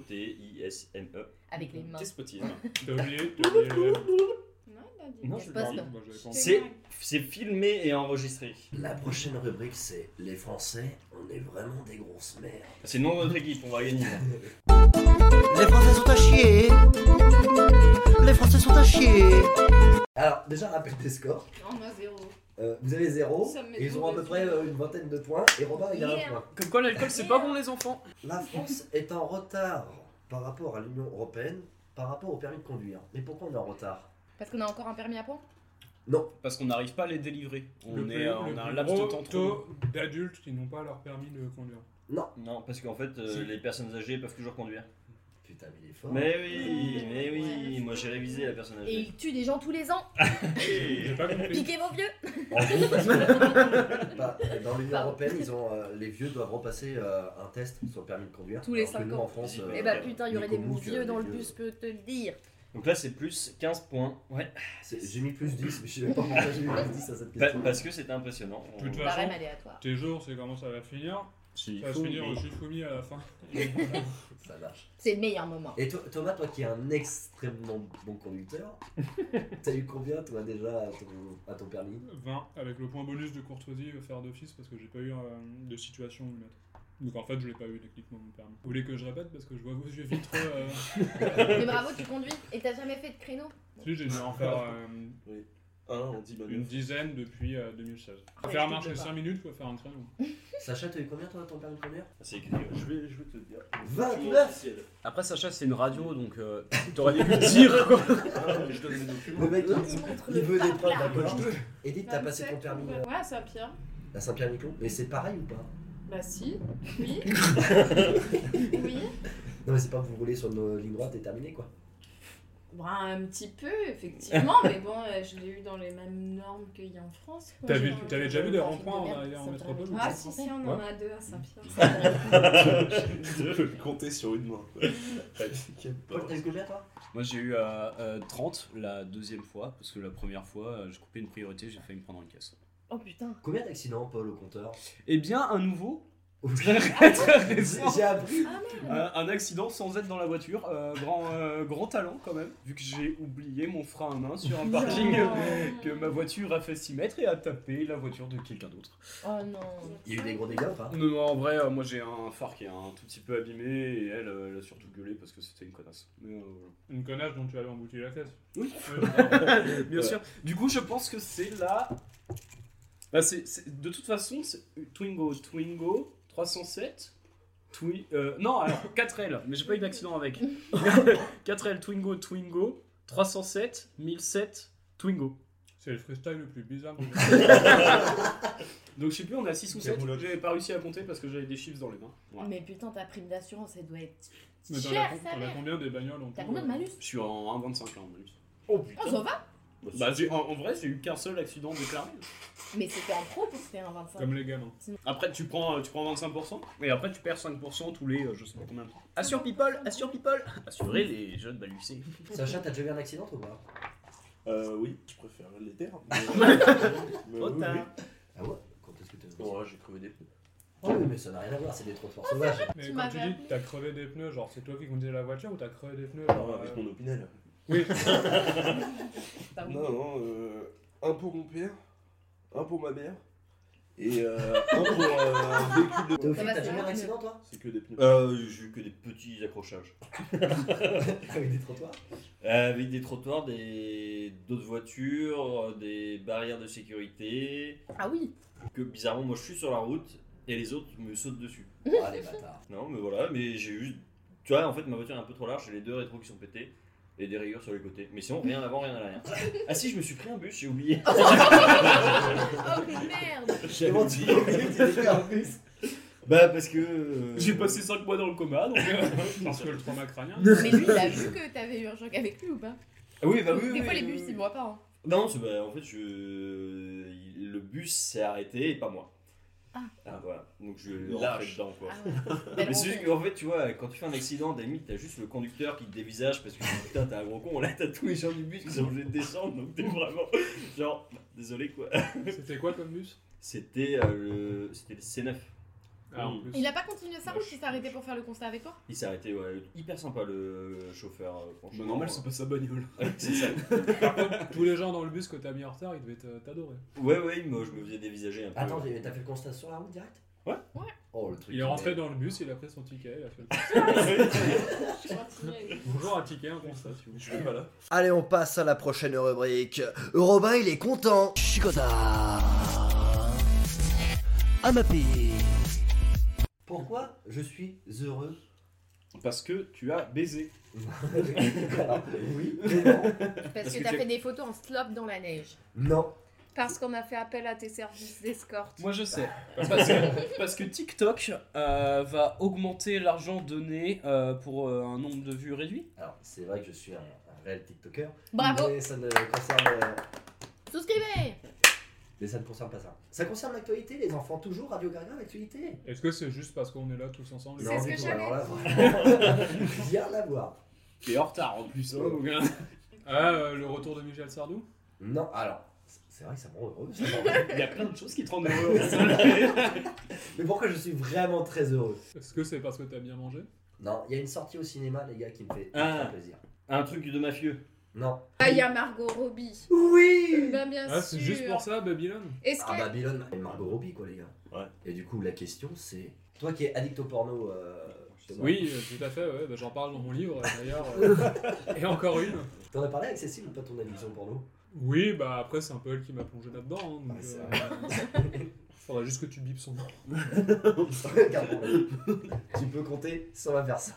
Speaker 6: D-E-S-P-O-T-I-S-M-e.
Speaker 4: Avec les mains.
Speaker 6: E. Despotisme.
Speaker 2: T'as oublié T'as oublié
Speaker 5: Non, il a dit.
Speaker 6: Non,
Speaker 4: je
Speaker 6: je
Speaker 4: le passe
Speaker 6: pas.
Speaker 4: pas.
Speaker 2: Bah, j'avais pas envie.
Speaker 6: C'est c'est filmé et enregistré.
Speaker 1: La prochaine rubrique c'est Les Français, on est vraiment des grosses mères.
Speaker 6: C'est le nom de notre équipe, on va gagner.
Speaker 1: Les Français sont à chier Les Français sont à chier Alors déjà rappelle tes scores.
Speaker 5: On a zéro.
Speaker 1: Euh, vous avez zéro,
Speaker 5: Ça me met
Speaker 1: et ils
Speaker 5: trop
Speaker 1: ont à peu
Speaker 5: déçu.
Speaker 1: près euh, une vingtaine de points, et Robin il a un
Speaker 5: Yeah.
Speaker 1: point.
Speaker 3: Comme quoi l'alcool c'est pas bon les enfants.
Speaker 1: La France [LAUGHS] est en retard par rapport à l'Union Européenne, par rapport au permis de conduire. Mais pourquoi on est en retard
Speaker 4: Parce qu'on a encore un permis à points
Speaker 3: Parce qu'on n'arrive pas à les délivrer. On
Speaker 2: Le
Speaker 3: est
Speaker 2: plus-
Speaker 3: euh,
Speaker 2: le
Speaker 3: on a un
Speaker 2: plus
Speaker 3: laps de
Speaker 2: gros
Speaker 3: temps trop.
Speaker 2: taux d'adultes qui n'ont pas leur permis de [LAUGHS] conduire.
Speaker 1: Non.
Speaker 6: Non, parce qu'en fait, euh,
Speaker 2: Si.
Speaker 6: les personnes âgées peuvent toujours conduire.
Speaker 1: Putain, mais il est fort.
Speaker 6: Mais oui,
Speaker 4: Ouais.
Speaker 6: mais oui, Ah. moi j'ai révisé la personne
Speaker 4: Et
Speaker 6: âgée.
Speaker 4: ils tuent des gens tous les ans
Speaker 2: J'ai pas compris.
Speaker 4: Piquez vos vieux
Speaker 1: En gros, parce que-
Speaker 6: [LAUGHS]
Speaker 1: bah, dans l'Union
Speaker 4: Pardon.
Speaker 1: Européenne, ils ont, euh, les vieux doivent repasser euh, un test sur le permis de conduire.
Speaker 4: Tous les
Speaker 1: Alors que
Speaker 4: cinq
Speaker 1: nous,
Speaker 4: ans.
Speaker 1: en France, euh,
Speaker 6: Eh
Speaker 4: Eh
Speaker 6: Ouais,
Speaker 4: bah
Speaker 6: ouais.
Speaker 4: putain, il y aurait des
Speaker 1: les comiques, euh,
Speaker 4: vieux dans
Speaker 1: les
Speaker 4: le bus, peut te le dire.
Speaker 6: Donc là, c'est plus 15 points. Ouais.
Speaker 1: C'est- J'ai mis plus 10, mais je sais même pas pourquoi j'ai mis plus 10 à cette
Speaker 6: Pa-
Speaker 1: question.
Speaker 6: Bah, parce que c'était impressionnant.
Speaker 2: De toute
Speaker 6: On-
Speaker 4: Barème
Speaker 2: façon,
Speaker 4: aléatoire.
Speaker 2: tes jours, c'est comment ça va finir
Speaker 3: Si,
Speaker 2: Ça va se finir hein. au Shifumi à la fin. [LAUGHS]
Speaker 1: Ça marche.
Speaker 4: C'est le meilleur moment.
Speaker 1: Et toi- Thomas, toi qui es un extrêmement bon
Speaker 6: [LAUGHS]
Speaker 1: conducteur, t'as eu combien toi déjà à ton, à ton permis
Speaker 2: 20 avec le point bonus de courtoisie euh, faire d'office parce que j'ai pas eu euh, de situation où le mettre. Donc en fait, je l'ai pas eu techniquement mon permis. Vous voulez que je répète parce que je vois vos yeux vitreux.
Speaker 8: [LAUGHS]
Speaker 2: euh,
Speaker 4: Mais bravo, tu conduis et t'as jamais fait de créneau
Speaker 2: Si, j'ai dû en faire euh,
Speaker 8: Un en 10
Speaker 2: une
Speaker 8: manœuvres.
Speaker 2: dizaine depuis euh, 2016.
Speaker 4: Ouais,
Speaker 2: faire
Speaker 4: je
Speaker 2: marcher
Speaker 4: doute pas.
Speaker 2: 5 minutes, faut faire un créneau.
Speaker 1: Sacha, t'as eu combien toi à ton permis de conduire
Speaker 6: C'est écrit. ouais. Ah,
Speaker 8: Je vais, je vais te le dire.
Speaker 1: 29.
Speaker 8: Officiel.
Speaker 3: Après Sacha c'est une radio donc euh, t'aurais dû le dire [LAUGHS] quoi.
Speaker 8: Ah, mais je donne mes
Speaker 1: Le
Speaker 8: documents.
Speaker 1: mec,
Speaker 4: Il montre
Speaker 1: il
Speaker 4: le
Speaker 1: veut des preuves
Speaker 4: paplard.
Speaker 1: d'accord. Edith, t'as passé ton
Speaker 5: 27,
Speaker 1: permis
Speaker 5: ouais.
Speaker 1: euh,
Speaker 5: Ouais, ça pire.
Speaker 1: à Saint-Pierre-Miquelon Mais c'est pareil ou pas
Speaker 5: Bah si,
Speaker 3: [LAUGHS]
Speaker 5: oui. oui.
Speaker 1: Non, mais c'est pas que vous roulez sur nos lignes droites et terminé quoi.
Speaker 5: Bah, un petit peu, effectivement, mais bon, euh, je l'ai eu dans les mêmes normes qu'il y a en France. quoi.
Speaker 2: T'avais
Speaker 5: Genre,
Speaker 2: t'avais déjà vu des
Speaker 4: de
Speaker 2: ronds-points en,
Speaker 4: merde,
Speaker 2: arrivant en
Speaker 4: ça
Speaker 2: métropole
Speaker 4: me
Speaker 2: ou
Speaker 5: Ah
Speaker 2: pas
Speaker 5: si, si, on en a deux à Saint-Pierre.
Speaker 8: Je peux le compter sur une main. quoi. Ah, t'inquiète pas.
Speaker 1: Paul, t'as eu combien toi
Speaker 3: Moi j'ai eu euh, euh, 30 la deuxième fois parce que la première fois euh, j'ai coupé une priorité, j'ai failli me prendre une caisse.
Speaker 4: Oh putain.
Speaker 1: Combien d'accidents, Paul, au compteur
Speaker 3: Eh bien un [LAUGHS] nouveau.
Speaker 1: [LAUGHS] J'ai
Speaker 3: Très, très récent.
Speaker 1: j'ai appris.
Speaker 3: Euh, un accident sans être dans la voiture, euh, grand, euh, grand talent quand même, vu que j'ai oublié mon frein à main sur
Speaker 4: [LAUGHS]
Speaker 3: un parking euh, [LAUGHS] que ma voiture a fait 6 mètres et a tapé la voiture de quelqu'un d'autre.
Speaker 4: Oh non.
Speaker 1: Il y a eu des gros dégâts ou pas
Speaker 3: Non, non, en vrai, euh, moi j'ai un phare qui est un tout petit peu abîmé et elle, euh, elle a surtout gueulé parce que c'était une connasse. Mais, euh, voilà.
Speaker 2: Une connasse dont tu allais emboutir la caisse. [LAUGHS] Euh,
Speaker 3: Oui.
Speaker 2: Ouais.
Speaker 8: [LAUGHS]
Speaker 3: Bien sûr. Du coup, je pense que c'est la. Bah, c'est, c'est- De toute façon, c'est Twingo, Twingo, 307. Twi... euh, non, alors 4L, mais j'ai pas eu d'accident avec. 4L, Twingo, Twingo, 307, 1007, Twingo.
Speaker 2: C'est le freestyle le plus bizarre. que
Speaker 8: [LAUGHS]
Speaker 2: j'ai
Speaker 3: Donc je sais plus, on a 6 ou
Speaker 8: Des
Speaker 3: 7.
Speaker 8: roulottes.
Speaker 3: J'avais pas réussi à compter parce que j'avais des chiffres dans les mains. Voilà.
Speaker 4: Mais putain, ta prime d'assurance, elle doit être
Speaker 2: Mais t'en as
Speaker 4: chère,
Speaker 2: com-
Speaker 4: ça
Speaker 2: t'en as
Speaker 4: mère.
Speaker 2: combien des bagnoles en
Speaker 4: T'as
Speaker 2: tout,
Speaker 4: combien de
Speaker 2: euh,
Speaker 4: malus
Speaker 3: Je suis en 1,25 là en bonus.
Speaker 6: Oh
Speaker 4: Oh,
Speaker 6: putain.
Speaker 4: ça va
Speaker 3: Bah, j'ai, en, en vrai, j'ai eu qu'un seul accident déclaré.
Speaker 4: Mais c'était en pro pour faire un 25.
Speaker 2: Comme les gamins.
Speaker 3: Après, tu prends, euh, tu prends 25% et après, tu perds 5% tous les euh, je sais pas combien de temps. Assure People, Assure People Assurez les jeunes balucés.
Speaker 1: Sacha, t'as déjà eu un accident ou pas
Speaker 8: Euh, oui, je préfère
Speaker 6: [LAUGHS]
Speaker 8: les terres. mais- euh, mais
Speaker 3: Trop
Speaker 8: oui, oui.
Speaker 3: tard.
Speaker 1: Ah ouais Quand est-ce que t'as eu un accident
Speaker 8: Non, là, j'ai crevé des pneus.
Speaker 1: Oh oui, mais ça n'a rien à voir, c'est des trottoirs sauvages.
Speaker 2: Mais
Speaker 5: Tu
Speaker 2: quand tu dis
Speaker 5: m'avais
Speaker 2: que
Speaker 5: appelé.
Speaker 2: t'as crevé des pneus, genre c'est toi qui conduisais la voiture ou t'as crevé des pneus
Speaker 8: Non,
Speaker 2: genre,
Speaker 8: avec
Speaker 2: euh,
Speaker 8: mon opinel.
Speaker 2: Oui,
Speaker 6: ah
Speaker 4: Bah oui.
Speaker 8: Non, non, euh, un pour mon père, un pour ma mère, et euh, un pour euh, un véhicule de.
Speaker 1: Théophile,
Speaker 4: va,
Speaker 1: t'as
Speaker 4: c'est
Speaker 1: déjà eu un
Speaker 4: vrai.
Speaker 1: accident
Speaker 8: [LAUGHS]
Speaker 1: toi
Speaker 8: C'est que des pneus.
Speaker 6: Euh, j'ai eu que des petits accrochages.
Speaker 1: Avec Ah des trottoirs
Speaker 6: Euh, Avec des trottoirs, des d'autres voitures, euh, des barrières de sécurité.
Speaker 4: Ah oui.
Speaker 6: Que bizarrement, moi je suis sur la route et les autres me sautent dessus.
Speaker 1: Ah les bâtards.
Speaker 6: Non, mais voilà, mais j'ai eu. Tu vois, en fait, ma voiture est un peu trop large, j'ai les deux rétros qui sont pétés et des rayures sur les côtés. Mais sinon, rien à l'avant, rien
Speaker 4: [LAUGHS]
Speaker 6: à l'arrière. Ah si, je me suis pris un bus, j'ai oublié. [LAUGHS]
Speaker 4: Oh merde.
Speaker 6: J'avais
Speaker 1: Comment tu
Speaker 6: oublié. Bah, parce que. euh,
Speaker 3: [LAUGHS] J'ai passé 5 mois dans le coma donc. [LAUGHS] euh,
Speaker 2: parce que le trauma crânien.
Speaker 4: [LAUGHS] Mais lui, il a vu que t'avais eu un choc avec lui ou pas
Speaker 6: Ah oui, bah oui,
Speaker 4: Des
Speaker 6: oui,
Speaker 4: fois,
Speaker 6: oui,
Speaker 4: les
Speaker 6: oui,
Speaker 4: bus,
Speaker 6: oui.
Speaker 4: ils me voient pas. hein.
Speaker 6: Non, c'est- bah, en fait, je... il- le bus s'est arrêté et pas moi.
Speaker 4: Ah.
Speaker 6: voilà. Donc je
Speaker 8: Lâche.
Speaker 6: rentrais dedans, quoi.
Speaker 4: Ah ouais. Belle
Speaker 6: Mais c'est juste
Speaker 4: rencontre.
Speaker 6: que, en fait, tu vois, quand tu fais un accident, Dami, t'as juste le conducteur qui te dévisage parce que putain, t'es un gros con. Là, t'as tous les gens du bus qui sont obligés de descendre, donc t'es vraiment genre, désolé quoi.
Speaker 2: C'était quoi comme bus
Speaker 6: C'était euh, le... c'était le C9.
Speaker 2: Ah, en plus.
Speaker 4: Il a pas continué sa route, il s'est arrêté pour faire le constat avec toi
Speaker 6: Il s'est arrêté, ouais. Hyper sympa le chauffeur, euh, franchement.
Speaker 3: Bah, normal, c'est pas sa bagnole.
Speaker 6: Ouais, c'est ça.
Speaker 2: Par contre, tous les gens dans le bus que t'as mis en retard, ils devaient te- t'adorer.
Speaker 6: Ouais, ouais, moi je me faisais dévisager un peu.
Speaker 1: Attends, mais t'as fait le constat sur la route direct
Speaker 6: Ouais.
Speaker 4: Ouais.
Speaker 1: Oh, le truc.
Speaker 2: Il est rentré dans le bus, il a pris son ticket. Il a fait le- [LAUGHS]
Speaker 5: Je continue avec-
Speaker 2: Bonjour, un ticket, un constat, si vous voulez.
Speaker 8: Je vais pas là.
Speaker 1: Allez, on passe à la prochaine rubrique. Robin, il est content. Chicota. Amapé. Pourquoi je suis heureux
Speaker 3: Parce que tu as baisé.
Speaker 1: Oui. mais non.
Speaker 4: Parce que
Speaker 3: que
Speaker 4: t'as
Speaker 3: j'ai-
Speaker 4: fait des photos en slop dans la neige.
Speaker 1: Non.
Speaker 7: Parce qu'on a fait appel à tes services d'escorte.
Speaker 3: Moi je sais. Parce que, parce que TikTok euh, va augmenter l'argent donné euh, pour euh, un nombre de vues réduit.
Speaker 1: Alors, c'est vrai que je suis un, un réel TikToker.
Speaker 4: Bravo
Speaker 1: Mais ça ne concerne. euh,
Speaker 4: Souscrivez
Speaker 1: Mais ça ne concerne pas ça. Ça concerne l'actualité, les enfants, toujours Radio Gaga, l'actualité.
Speaker 2: Est-ce que c'est juste parce qu'on est là tous ensemble
Speaker 7: C'est ce
Speaker 1: du
Speaker 7: que
Speaker 1: tout,
Speaker 7: j'avais.
Speaker 1: alors là, vraiment. [LAUGHS] Rien à voir.
Speaker 3: Qui est en retard en plus. hein, donc, [LAUGHS] hein.
Speaker 2: Ah, euh, le retour de Michel Sardou
Speaker 1: Non, alors, c'est vrai que ça me rend heureux. ça me rend-
Speaker 3: Il y a plein de choses qui te rendent heureux.
Speaker 1: [LAUGHS] Mais pourquoi je suis vraiment très heureux
Speaker 2: Est-ce que c'est parce que t'as bien mangé
Speaker 1: Non, il y a une sortie au cinéma, les gars, qui me fait
Speaker 6: Ah.
Speaker 1: très plaisir.
Speaker 6: Un truc de mafieux.
Speaker 1: Non.
Speaker 7: Ah, il y a Margot Robbie.
Speaker 1: Oui
Speaker 5: Bah,
Speaker 7: Ben, bien
Speaker 2: Ah, c'est
Speaker 7: sûr.
Speaker 2: juste pour ça, Babylone
Speaker 7: Est-ce
Speaker 1: Ah,
Speaker 7: que.
Speaker 1: Babylone et Margot Robbie, quoi, les gars.
Speaker 6: Ouais.
Speaker 1: Et du coup, la question, c'est. Toi qui es addict au porno. euh, Thomas,
Speaker 2: Oui, euh, tout à fait, ouais, bah, j'en parle dans mon livre euh, d'ailleurs. euh, et encore une
Speaker 1: T'en as parlé avec Cécile ou pas ton addiction au porno
Speaker 3: [LAUGHS]
Speaker 2: Oui, bah après, c'est un peu elle qui m'a plongé là-dedans. hein, donc,
Speaker 1: Ah, c'est
Speaker 2: euh, Faudra juste que tu bipes son nom.
Speaker 1: Regarde, [LAUGHS] tu peux compter sans la personne.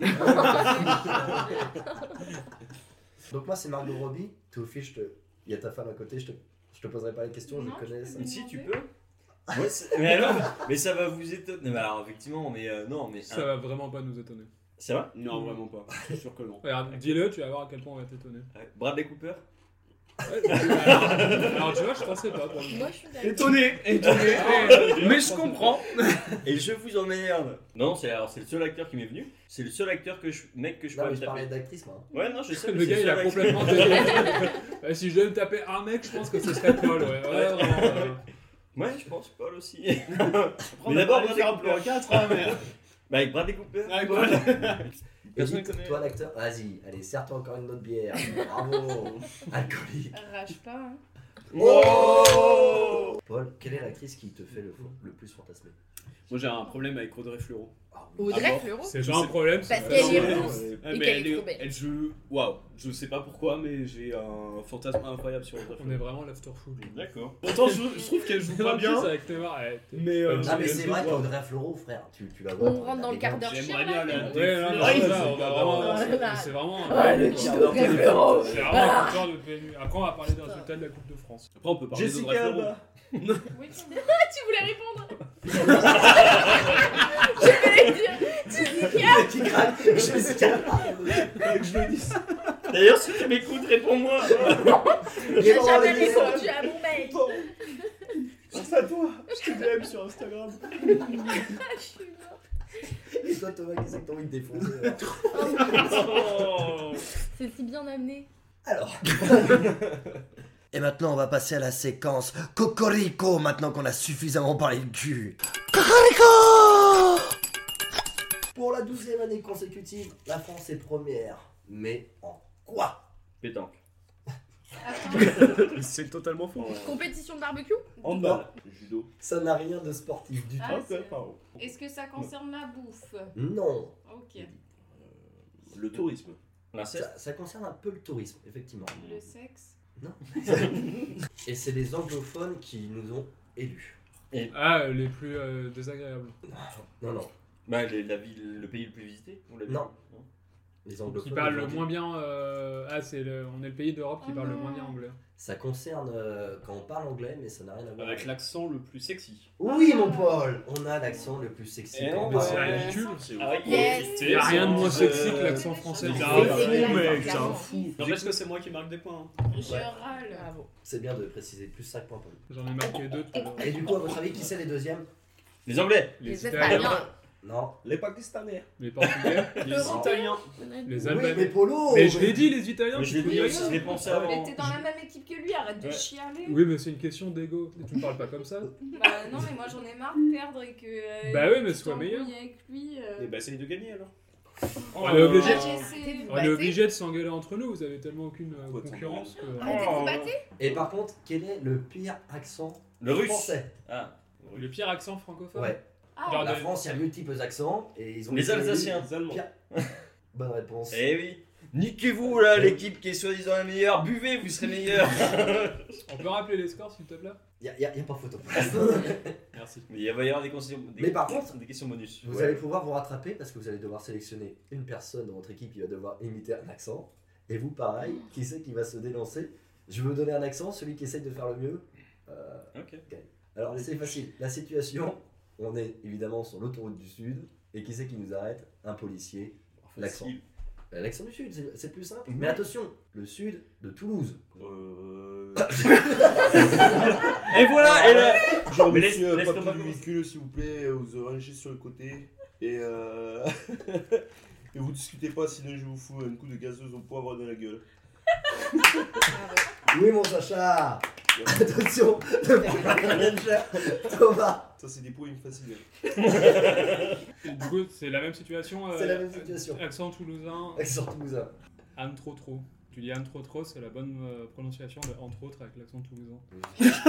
Speaker 1: Donc, moi, c'est Margot Robbie. Tout fiche, je te. Il y a ta femme à côté, je te, je te poserai pas les questions,
Speaker 5: Non,
Speaker 1: je connais
Speaker 5: je
Speaker 1: ça.
Speaker 5: peux
Speaker 6: Si tu
Speaker 5: demander.
Speaker 6: peux. Ouais, c'est- mais alors, mais ça va vous étonner. Mais alors, effectivement, mais euh, non, mais.
Speaker 2: Ça
Speaker 6: un-
Speaker 2: va vraiment pas nous étonner.
Speaker 6: C'est vrai
Speaker 3: Non, vraiment pas. Je suis sûr que non.
Speaker 2: Regarde, dis-le, tu vas voir à quel point on va t'étonner.
Speaker 6: Ouais. Bradley Cooper
Speaker 2: [LAUGHS] Ouais, alors, alors, tu vois, je pensais pas pour le Ah, moment.
Speaker 5: Moi, je suis d'accord.
Speaker 3: Étonné, [LAUGHS] étonné. eh, [LAUGHS] Mais Ah, je comprends.
Speaker 6: Et je vous emmerde Non, c'est alors c'est le seul acteur qui m'est venu. C'est le seul acteur que je, mec que je
Speaker 1: Non,
Speaker 6: pourrais
Speaker 1: mais
Speaker 6: me
Speaker 1: je
Speaker 6: taper.
Speaker 1: parlais d'actrice, moi.
Speaker 6: Ouais, non, je sais. mais
Speaker 2: Le
Speaker 6: c'est
Speaker 2: gars, il
Speaker 6: seul
Speaker 2: a
Speaker 6: acteur.
Speaker 2: complètement déliré. Bah, si je devais me taper un mec, je pense que ce serait Paul, ouais. ouais, vraiment, euh.
Speaker 6: Ouais, je pense Paul aussi. mais d'abord, Bradley Cooper.
Speaker 3: 4, [LAUGHS]
Speaker 6: Bah, avec Bradley Cooper.
Speaker 1: Et
Speaker 6: Personne
Speaker 1: dites,
Speaker 6: connaît.
Speaker 1: toi l'acteur, vas-y, allez, serre-toi encore une autre bière. Bravo,
Speaker 6: [LAUGHS]
Speaker 1: alcoolique.
Speaker 5: Rage pas. hein.
Speaker 6: Oh
Speaker 1: Paul, quelle est l'actrice qui te fait le, le plus fantasmer
Speaker 3: Moi j'ai un problème avec Audrey Fleurot.
Speaker 1: Ah oui.
Speaker 3: Ah
Speaker 4: Audrey
Speaker 3: bon
Speaker 4: Fleurot
Speaker 2: C'est genre un problème. c'est
Speaker 4: Parce
Speaker 2: pas-
Speaker 4: qu'elle est
Speaker 2: Ouais,
Speaker 4: rousse.
Speaker 2: ouais.
Speaker 3: Ah,
Speaker 4: Et
Speaker 3: mais
Speaker 4: qu'elle est
Speaker 3: elle
Speaker 4: trop
Speaker 5: ben.
Speaker 4: belle.
Speaker 3: elle joue. Waouh, je sais pas pourquoi, mais j'ai un fantasme incroyable sur Audrey
Speaker 2: On est
Speaker 3: Fleurot.
Speaker 2: vraiment l'after food.
Speaker 6: D'accord.
Speaker 3: Pourtant, je, je trouve qu'elle joue pas
Speaker 6: euh,
Speaker 3: bien.
Speaker 2: avec Neymar. ouais, t'es-
Speaker 3: Mais, euh,
Speaker 1: Ah, mais c'est vrai
Speaker 3: Ouais.
Speaker 1: qu'Audrey Fleurot, frère, tu, tu la vois.
Speaker 4: On rentre dans le quart d'heure chien,
Speaker 3: J'aimerais bien
Speaker 4: là.
Speaker 3: la.
Speaker 2: Ouais, non, non,
Speaker 3: Ah,
Speaker 2: mais
Speaker 3: il-
Speaker 2: là, on va vraiment.
Speaker 4: Ah,
Speaker 2: c'est-
Speaker 4: là.
Speaker 2: C'est vraiment.
Speaker 1: Ah,
Speaker 2: euh,
Speaker 1: le quart d'heure [LAUGHS] Fleurot
Speaker 2: C'est vraiment le genre de PMU. Après, on va parler des résultats de la Coupe de France.
Speaker 3: Après, on peut parler d'Audrey
Speaker 6: Jessica
Speaker 3: Fleurot.
Speaker 6: Alba.
Speaker 5: Oui, tu me
Speaker 4: Tu voulais répondre
Speaker 1: Qui craque Jessica
Speaker 6: D'ailleurs, si tu m'écoutes, réponds-moi.
Speaker 1: J'ai
Speaker 4: J'avais répondu à mon mec
Speaker 3: C'est à toi. Je te l'aime sur Instagram.
Speaker 1: Et toi, Thomas, qu'est-ce que t'as envie de défoncer euh alors
Speaker 6: Oh.
Speaker 4: C'est si bien amené.
Speaker 1: Alors. [LAUGHS] Et maintenant, on va passer à la séquence Cocorico, maintenant qu'on a suffisamment parlé de cul.
Speaker 2: [LAUGHS]
Speaker 1: Cocorico Pour la douzième année consécutive, la France est première. Mais en quoi
Speaker 6: Pétanque.
Speaker 3: C'est totalement faux.
Speaker 4: Compétition de barbecue
Speaker 6: Handball. Judo.
Speaker 1: Ça n'a rien de sportif du tout.
Speaker 5: Ah,
Speaker 6: Ok,
Speaker 5: c'est-
Speaker 6: pardon.
Speaker 5: Est-ce que ça concerne la bouffe
Speaker 1: Non.
Speaker 5: Ok.
Speaker 6: Le tourisme. L'inceste.
Speaker 1: Ça, ça concerne un peu le tourisme, effectivement.
Speaker 5: Le sexe
Speaker 1: Et c'est les anglophones qui nous ont élus.
Speaker 2: Ah, les plus euh, désagréables.
Speaker 1: Non, non.
Speaker 6: Bah, les- la ville, le pays le plus visité. on l'a vu.
Speaker 1: Non. Les anglophones.
Speaker 2: Qui parlent le
Speaker 1: aujourd'hui.
Speaker 2: moins bien. euh, Ah, c'est le... on est le pays d'Europe qui
Speaker 5: Oh
Speaker 2: parle le
Speaker 5: non.
Speaker 2: moins bien anglais.
Speaker 1: Ça concerne euh, quand on parle anglais, mais ça n'a rien à voir
Speaker 3: Avec l'accent le plus sexy.
Speaker 1: Oui, mon Paul On a l'accent le plus sexy.
Speaker 3: Eh
Speaker 1: quand on
Speaker 3: ouais.
Speaker 1: parle anglais.
Speaker 2: C'est ridicule.
Speaker 6: C'est
Speaker 7: Yes.
Speaker 2: Il y a rien de moins sexy
Speaker 1: euh,
Speaker 2: que l'accent français.
Speaker 3: C'est
Speaker 2: Ah,
Speaker 3: un fou,
Speaker 2: ouais.
Speaker 3: mec, c'est un
Speaker 4: clairement.
Speaker 3: fou. Non, parce que c'est moi qui marque des points. hein
Speaker 5: Je
Speaker 1: Ouais.
Speaker 5: râle.
Speaker 1: C'est bien de préciser plus 5 points pour lui.
Speaker 2: J'en ai marqué deux tout à l'heure.
Speaker 1: Et du coup, à votre avis, qui c'est les deuxièmes
Speaker 6: Les Anglais.
Speaker 2: Les
Speaker 4: Les
Speaker 2: Italiens,
Speaker 4: Espagnols
Speaker 1: Non.
Speaker 6: Les Pakistanais.
Speaker 2: les Portugais,
Speaker 6: Les Italiens.
Speaker 2: les
Speaker 1: Oui, mais
Speaker 2: Albanais.
Speaker 1: Polo
Speaker 2: Mais je l'ai dit, les Italiens,
Speaker 6: Mais
Speaker 2: tu
Speaker 6: je l'ai
Speaker 2: fous
Speaker 6: dit
Speaker 2: de ma
Speaker 6: aussi, je
Speaker 2: gueule.
Speaker 6: l'ai
Speaker 1: Ah,
Speaker 6: pensé
Speaker 5: Mais
Speaker 6: avant.
Speaker 5: t'es dans la même équipe que lui, arrête de
Speaker 6: Ouais.
Speaker 5: chialer.
Speaker 2: Oui, mais c'est une question d'ego. Tu me parles pas comme ça.
Speaker 1: Oh
Speaker 5: Bah non, mais moi j'en ai marre de perdre et que. euh,
Speaker 2: Bah oui, mais
Speaker 5: tu
Speaker 2: sois
Speaker 5: t'embrouilles
Speaker 2: meilleur.
Speaker 5: avec lui. euh,
Speaker 3: Et bah, essaye de gagner alors.
Speaker 2: On est obligé.
Speaker 5: Ah, j'essaie.
Speaker 1: Bah,
Speaker 2: On est obligé de s'engueuler entre nous, vous avez tellement aucune euh,
Speaker 6: Autant.
Speaker 2: concurrence que.
Speaker 4: Arrêtez de vous battre
Speaker 1: Et par contre, quel est le pire accent
Speaker 6: Le russe.
Speaker 1: français
Speaker 6: Ah.
Speaker 2: Le pire accent francophone
Speaker 1: Ouais.
Speaker 2: Genre
Speaker 1: La
Speaker 2: de-
Speaker 1: France, il y a multiples accents et ils ont
Speaker 6: Les
Speaker 1: été élus.
Speaker 6: Alsaciens.
Speaker 3: Allemands.
Speaker 1: Bonne réponse.
Speaker 6: Eh oui. Niquez-vous là, l'équipe qui est soi-disant la meilleure. Buvez, vous serez meilleur.
Speaker 2: On peut rappeler les scores s'il te plaît
Speaker 1: Il n'y a, y a- y a pas photo.
Speaker 2: Merci.
Speaker 6: [LAUGHS] Mais il va y avoir des questions. Des
Speaker 1: Mais par contre,
Speaker 6: des questions bonus.
Speaker 1: Vous
Speaker 6: Ouais.
Speaker 1: allez pouvoir vous rattraper parce que vous allez devoir sélectionner une personne dans votre équipe qui va devoir imiter un accent. Et vous, pareil, qui c'est qui va se dénoncer Je veux donner un accent, celui qui essaye de faire le mieux. euh,
Speaker 6: Ok.
Speaker 1: Alors, c'est facile. La situation, on est évidemment sur l'autoroute du Sud. Et qui c'est qui nous arrête Un policier. L'accent.
Speaker 6: Facile.
Speaker 1: Ben, L'accent du Sud, c'est- c'est plus simple. Mais attention, le Sud de Toulouse.
Speaker 6: [LAUGHS] Euh...
Speaker 3: Et voilà, et là,
Speaker 8: Genre,
Speaker 6: Mais laisse-
Speaker 8: monsieur,
Speaker 6: laisse
Speaker 8: pas
Speaker 6: Thomas
Speaker 8: plus
Speaker 6: commencer.
Speaker 8: de véhicule, s'il vous plaît, vous orangez sur le côté. Et, euh... [LAUGHS] et vous discutez pas, sinon je vous fous un coup de gazeuse au poivre dans la gueule.
Speaker 1: Oui, mon Sacha Attention, [LAUGHS] le programme manager, Thomas.
Speaker 8: Ça, c'est des points faciles.
Speaker 2: Et Du coup, c'est la même situation. euh,
Speaker 1: C'est la même situation.
Speaker 2: Accent toulousain,
Speaker 1: Accent toulousain.
Speaker 2: Anne trop trop. Tu dis Anne trop trop, c'est la bonne euh, prononciation de entre autres avec l'accent toulousain.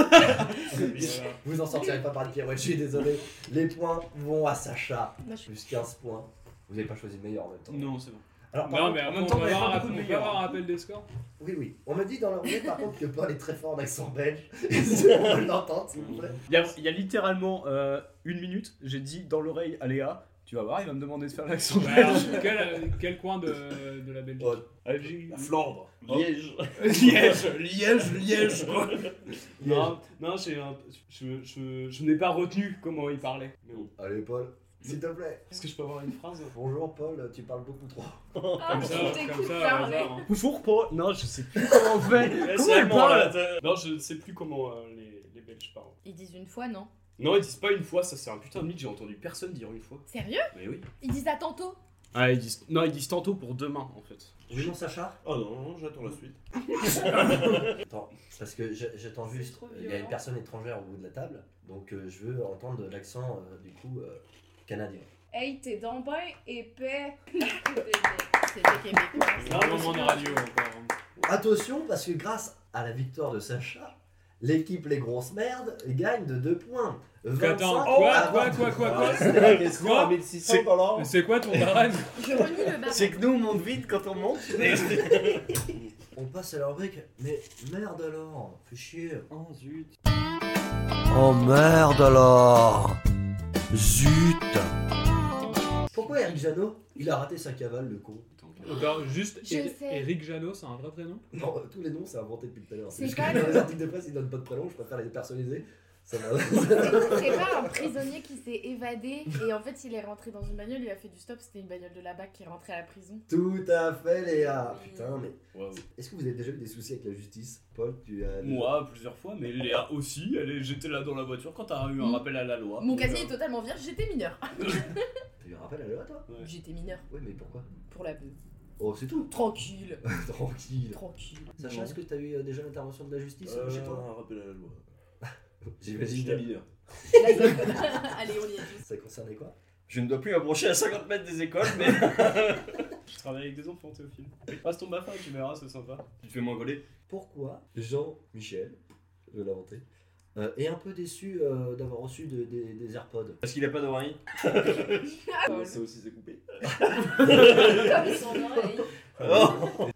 Speaker 2: Voilà.
Speaker 1: Vous en sortirez pas par le pirouette, je suis désolé. Les points vont à Sacha.
Speaker 4: Moi, je suis-
Speaker 1: Plus 15 points. Vous n'avez pas choisi le meilleur en même temps.
Speaker 3: Non, c'est bon.
Speaker 1: Alors, Ah, par
Speaker 2: Non,
Speaker 1: contre-
Speaker 2: mais après,
Speaker 3: même
Speaker 2: on
Speaker 3: temps,
Speaker 2: va
Speaker 3: il y a
Speaker 2: avoir
Speaker 3: pas
Speaker 2: un-
Speaker 3: beaucoup de
Speaker 2: on peut
Speaker 3: meilleurs.
Speaker 2: avoir un rappel des
Speaker 1: [LAUGHS]
Speaker 2: scores.
Speaker 1: Oui, oui. On me dit dans l'anglais, par contre, que Paul est très fort en accent belge. [LAUGHS] Est-ce qu'on peut l'entendre, s'il vous plaît
Speaker 3: Il y a, il y a littéralement euh, une minute, j'ai dit dans l'oreille à Léa, tu vas voir, il va me demander de faire l'accent
Speaker 2: Bah,
Speaker 3: [LAUGHS]
Speaker 2: alors,
Speaker 3: belge.
Speaker 2: quel, quel coin de, de la Belgique
Speaker 1: Oh.
Speaker 3: Alger.
Speaker 8: La Flandre.
Speaker 6: Liège.
Speaker 3: Liège, Liège, Liège.
Speaker 1: Liège.
Speaker 3: non, non j'ai un- je, je, je n'ai pas retenu comment il parlait. Mais bon.
Speaker 1: Allez, Paul, s'il te plaît.
Speaker 3: Est-ce que je peux avoir une phrase
Speaker 1: Bonjour, Paul, tu parles beaucoup trop.
Speaker 5: Ah,
Speaker 2: Comme ça,
Speaker 5: on
Speaker 2: comme
Speaker 5: t'écoute
Speaker 2: ça, au
Speaker 5: parler.
Speaker 2: hasard, hein.
Speaker 3: Bonjour Paul Non, je sais plus comment on [LAUGHS] fait. comment elle parle
Speaker 9: Non, je ne sais plus comment euh, les, les Belges parlent.
Speaker 4: Ils disent une fois, non
Speaker 9: Non, ils disent pas une fois, ça c'est un putain.
Speaker 3: Putain de mythe, j'ai entendu personne dire une fois.
Speaker 4: Sérieux
Speaker 3: Mais oui.
Speaker 4: Ils disent à tantôt
Speaker 3: Ah, ils disent, non, ils disent tantôt pour demain en fait.
Speaker 1: Oui, mon Sacha
Speaker 8: Oh non, non, j'attends la suite.
Speaker 1: Attends, parce que je- j'attends juste.
Speaker 5: trop
Speaker 1: Il y a une
Speaker 5: violent.
Speaker 1: personne étrangère au bout de la table. Donc, euh, je veux entendre l'accent, euh, du coup, euh, canadien.
Speaker 5: Hey, t'es dans le bain
Speaker 4: [LAUGHS]
Speaker 5: épais.
Speaker 4: C'était québécois.
Speaker 2: C'est vraiment moins de radio encore. hein.
Speaker 1: Attention, parce que grâce à la victoire de Sacha, l'équipe Les Grosses Merdes gagne de 2 points. 25
Speaker 2: Attends,
Speaker 1: à
Speaker 2: quoi,
Speaker 1: 20.
Speaker 2: quoi, quoi, quoi, quoi
Speaker 8: C'était la question
Speaker 2: Quoi
Speaker 8: à 1600
Speaker 2: C'est-
Speaker 8: dollars.
Speaker 2: Mais C'est quoi
Speaker 1: [LAUGHS]
Speaker 2: ton barème
Speaker 4: Je renie le bar.
Speaker 6: que nous on monte vite quand on monte.
Speaker 1: On passe à la rubrique, mais merde alors, fais chier.
Speaker 6: oh zut.
Speaker 1: Oh merde alors Zut Pourquoi Eric Janot Il a raté sa cavale, le con.
Speaker 2: Attends, Juste
Speaker 7: Je
Speaker 2: Eri-
Speaker 7: sais.
Speaker 2: Eric Janot, c'est un vrai prénom
Speaker 1: Non, euh, tous les noms, c'est inventé depuis tout à l'heure.
Speaker 7: C'est
Speaker 1: juste
Speaker 7: pas
Speaker 1: que dans
Speaker 7: le-
Speaker 1: les articles de presse, ils donnent pas de prénom, je préfère les personnaliser. Ça va.
Speaker 7: C'est pas un prisonnier qui s'est évadé et en fait il est rentré dans une bagnole, il a fait du stop, c'était une bagnole de la BAC qui est rentrée à la prison.
Speaker 1: Tout à fait, Léa Putain, mais.
Speaker 3: Waouh.
Speaker 1: Est-ce que vous avez déjà eu des soucis avec la justice Paul, tu as.
Speaker 3: Moi, plusieurs fois, mais Léa aussi. Elle est- J'étais là dans la voiture quand t'as eu un
Speaker 7: Mm.
Speaker 3: rappel à la loi.
Speaker 7: Mon
Speaker 3: Donc,
Speaker 7: casier
Speaker 3: euh,
Speaker 7: est totalement vierge, j'étais mineure.
Speaker 1: Tu rappelles à Léa, toi
Speaker 7: J'étais mineure
Speaker 1: Oui, mais pourquoi
Speaker 7: pour la beuh.
Speaker 1: Oh, c'est tout [LAUGHS]
Speaker 7: Tranquille,
Speaker 1: Tranquille
Speaker 7: tranquille.
Speaker 1: Sacha, est-ce que t'as eu euh, déjà l'intervention de la justice euh,
Speaker 8: Euh,
Speaker 1: chez toi
Speaker 8: un rappel à la loi.
Speaker 1: Euh, J'imagine
Speaker 6: J'étais
Speaker 1: que-
Speaker 6: mineur.
Speaker 7: Allez, on y est.
Speaker 1: Ça concernait quoi
Speaker 6: Je ne dois plus m'approcher à 50 mètres des écoles, mais
Speaker 9: Je travaille avec des enfants, Théophile.
Speaker 3: Ah,
Speaker 9: Passe ton bafin, tu verras, c'est sympa.
Speaker 6: [LAUGHS] tu te fais moins coller.
Speaker 1: Pourquoi Jean-Michel, je vais l'inventer, euh, est un peu déçu euh, d'avoir reçu de- des- des AirPods
Speaker 6: Parce qu'il a pas [LAUGHS] d'oreille.
Speaker 7: Paul.
Speaker 6: Ça aussi c'est coupé.
Speaker 5: Comme son oreille.
Speaker 1: Euh,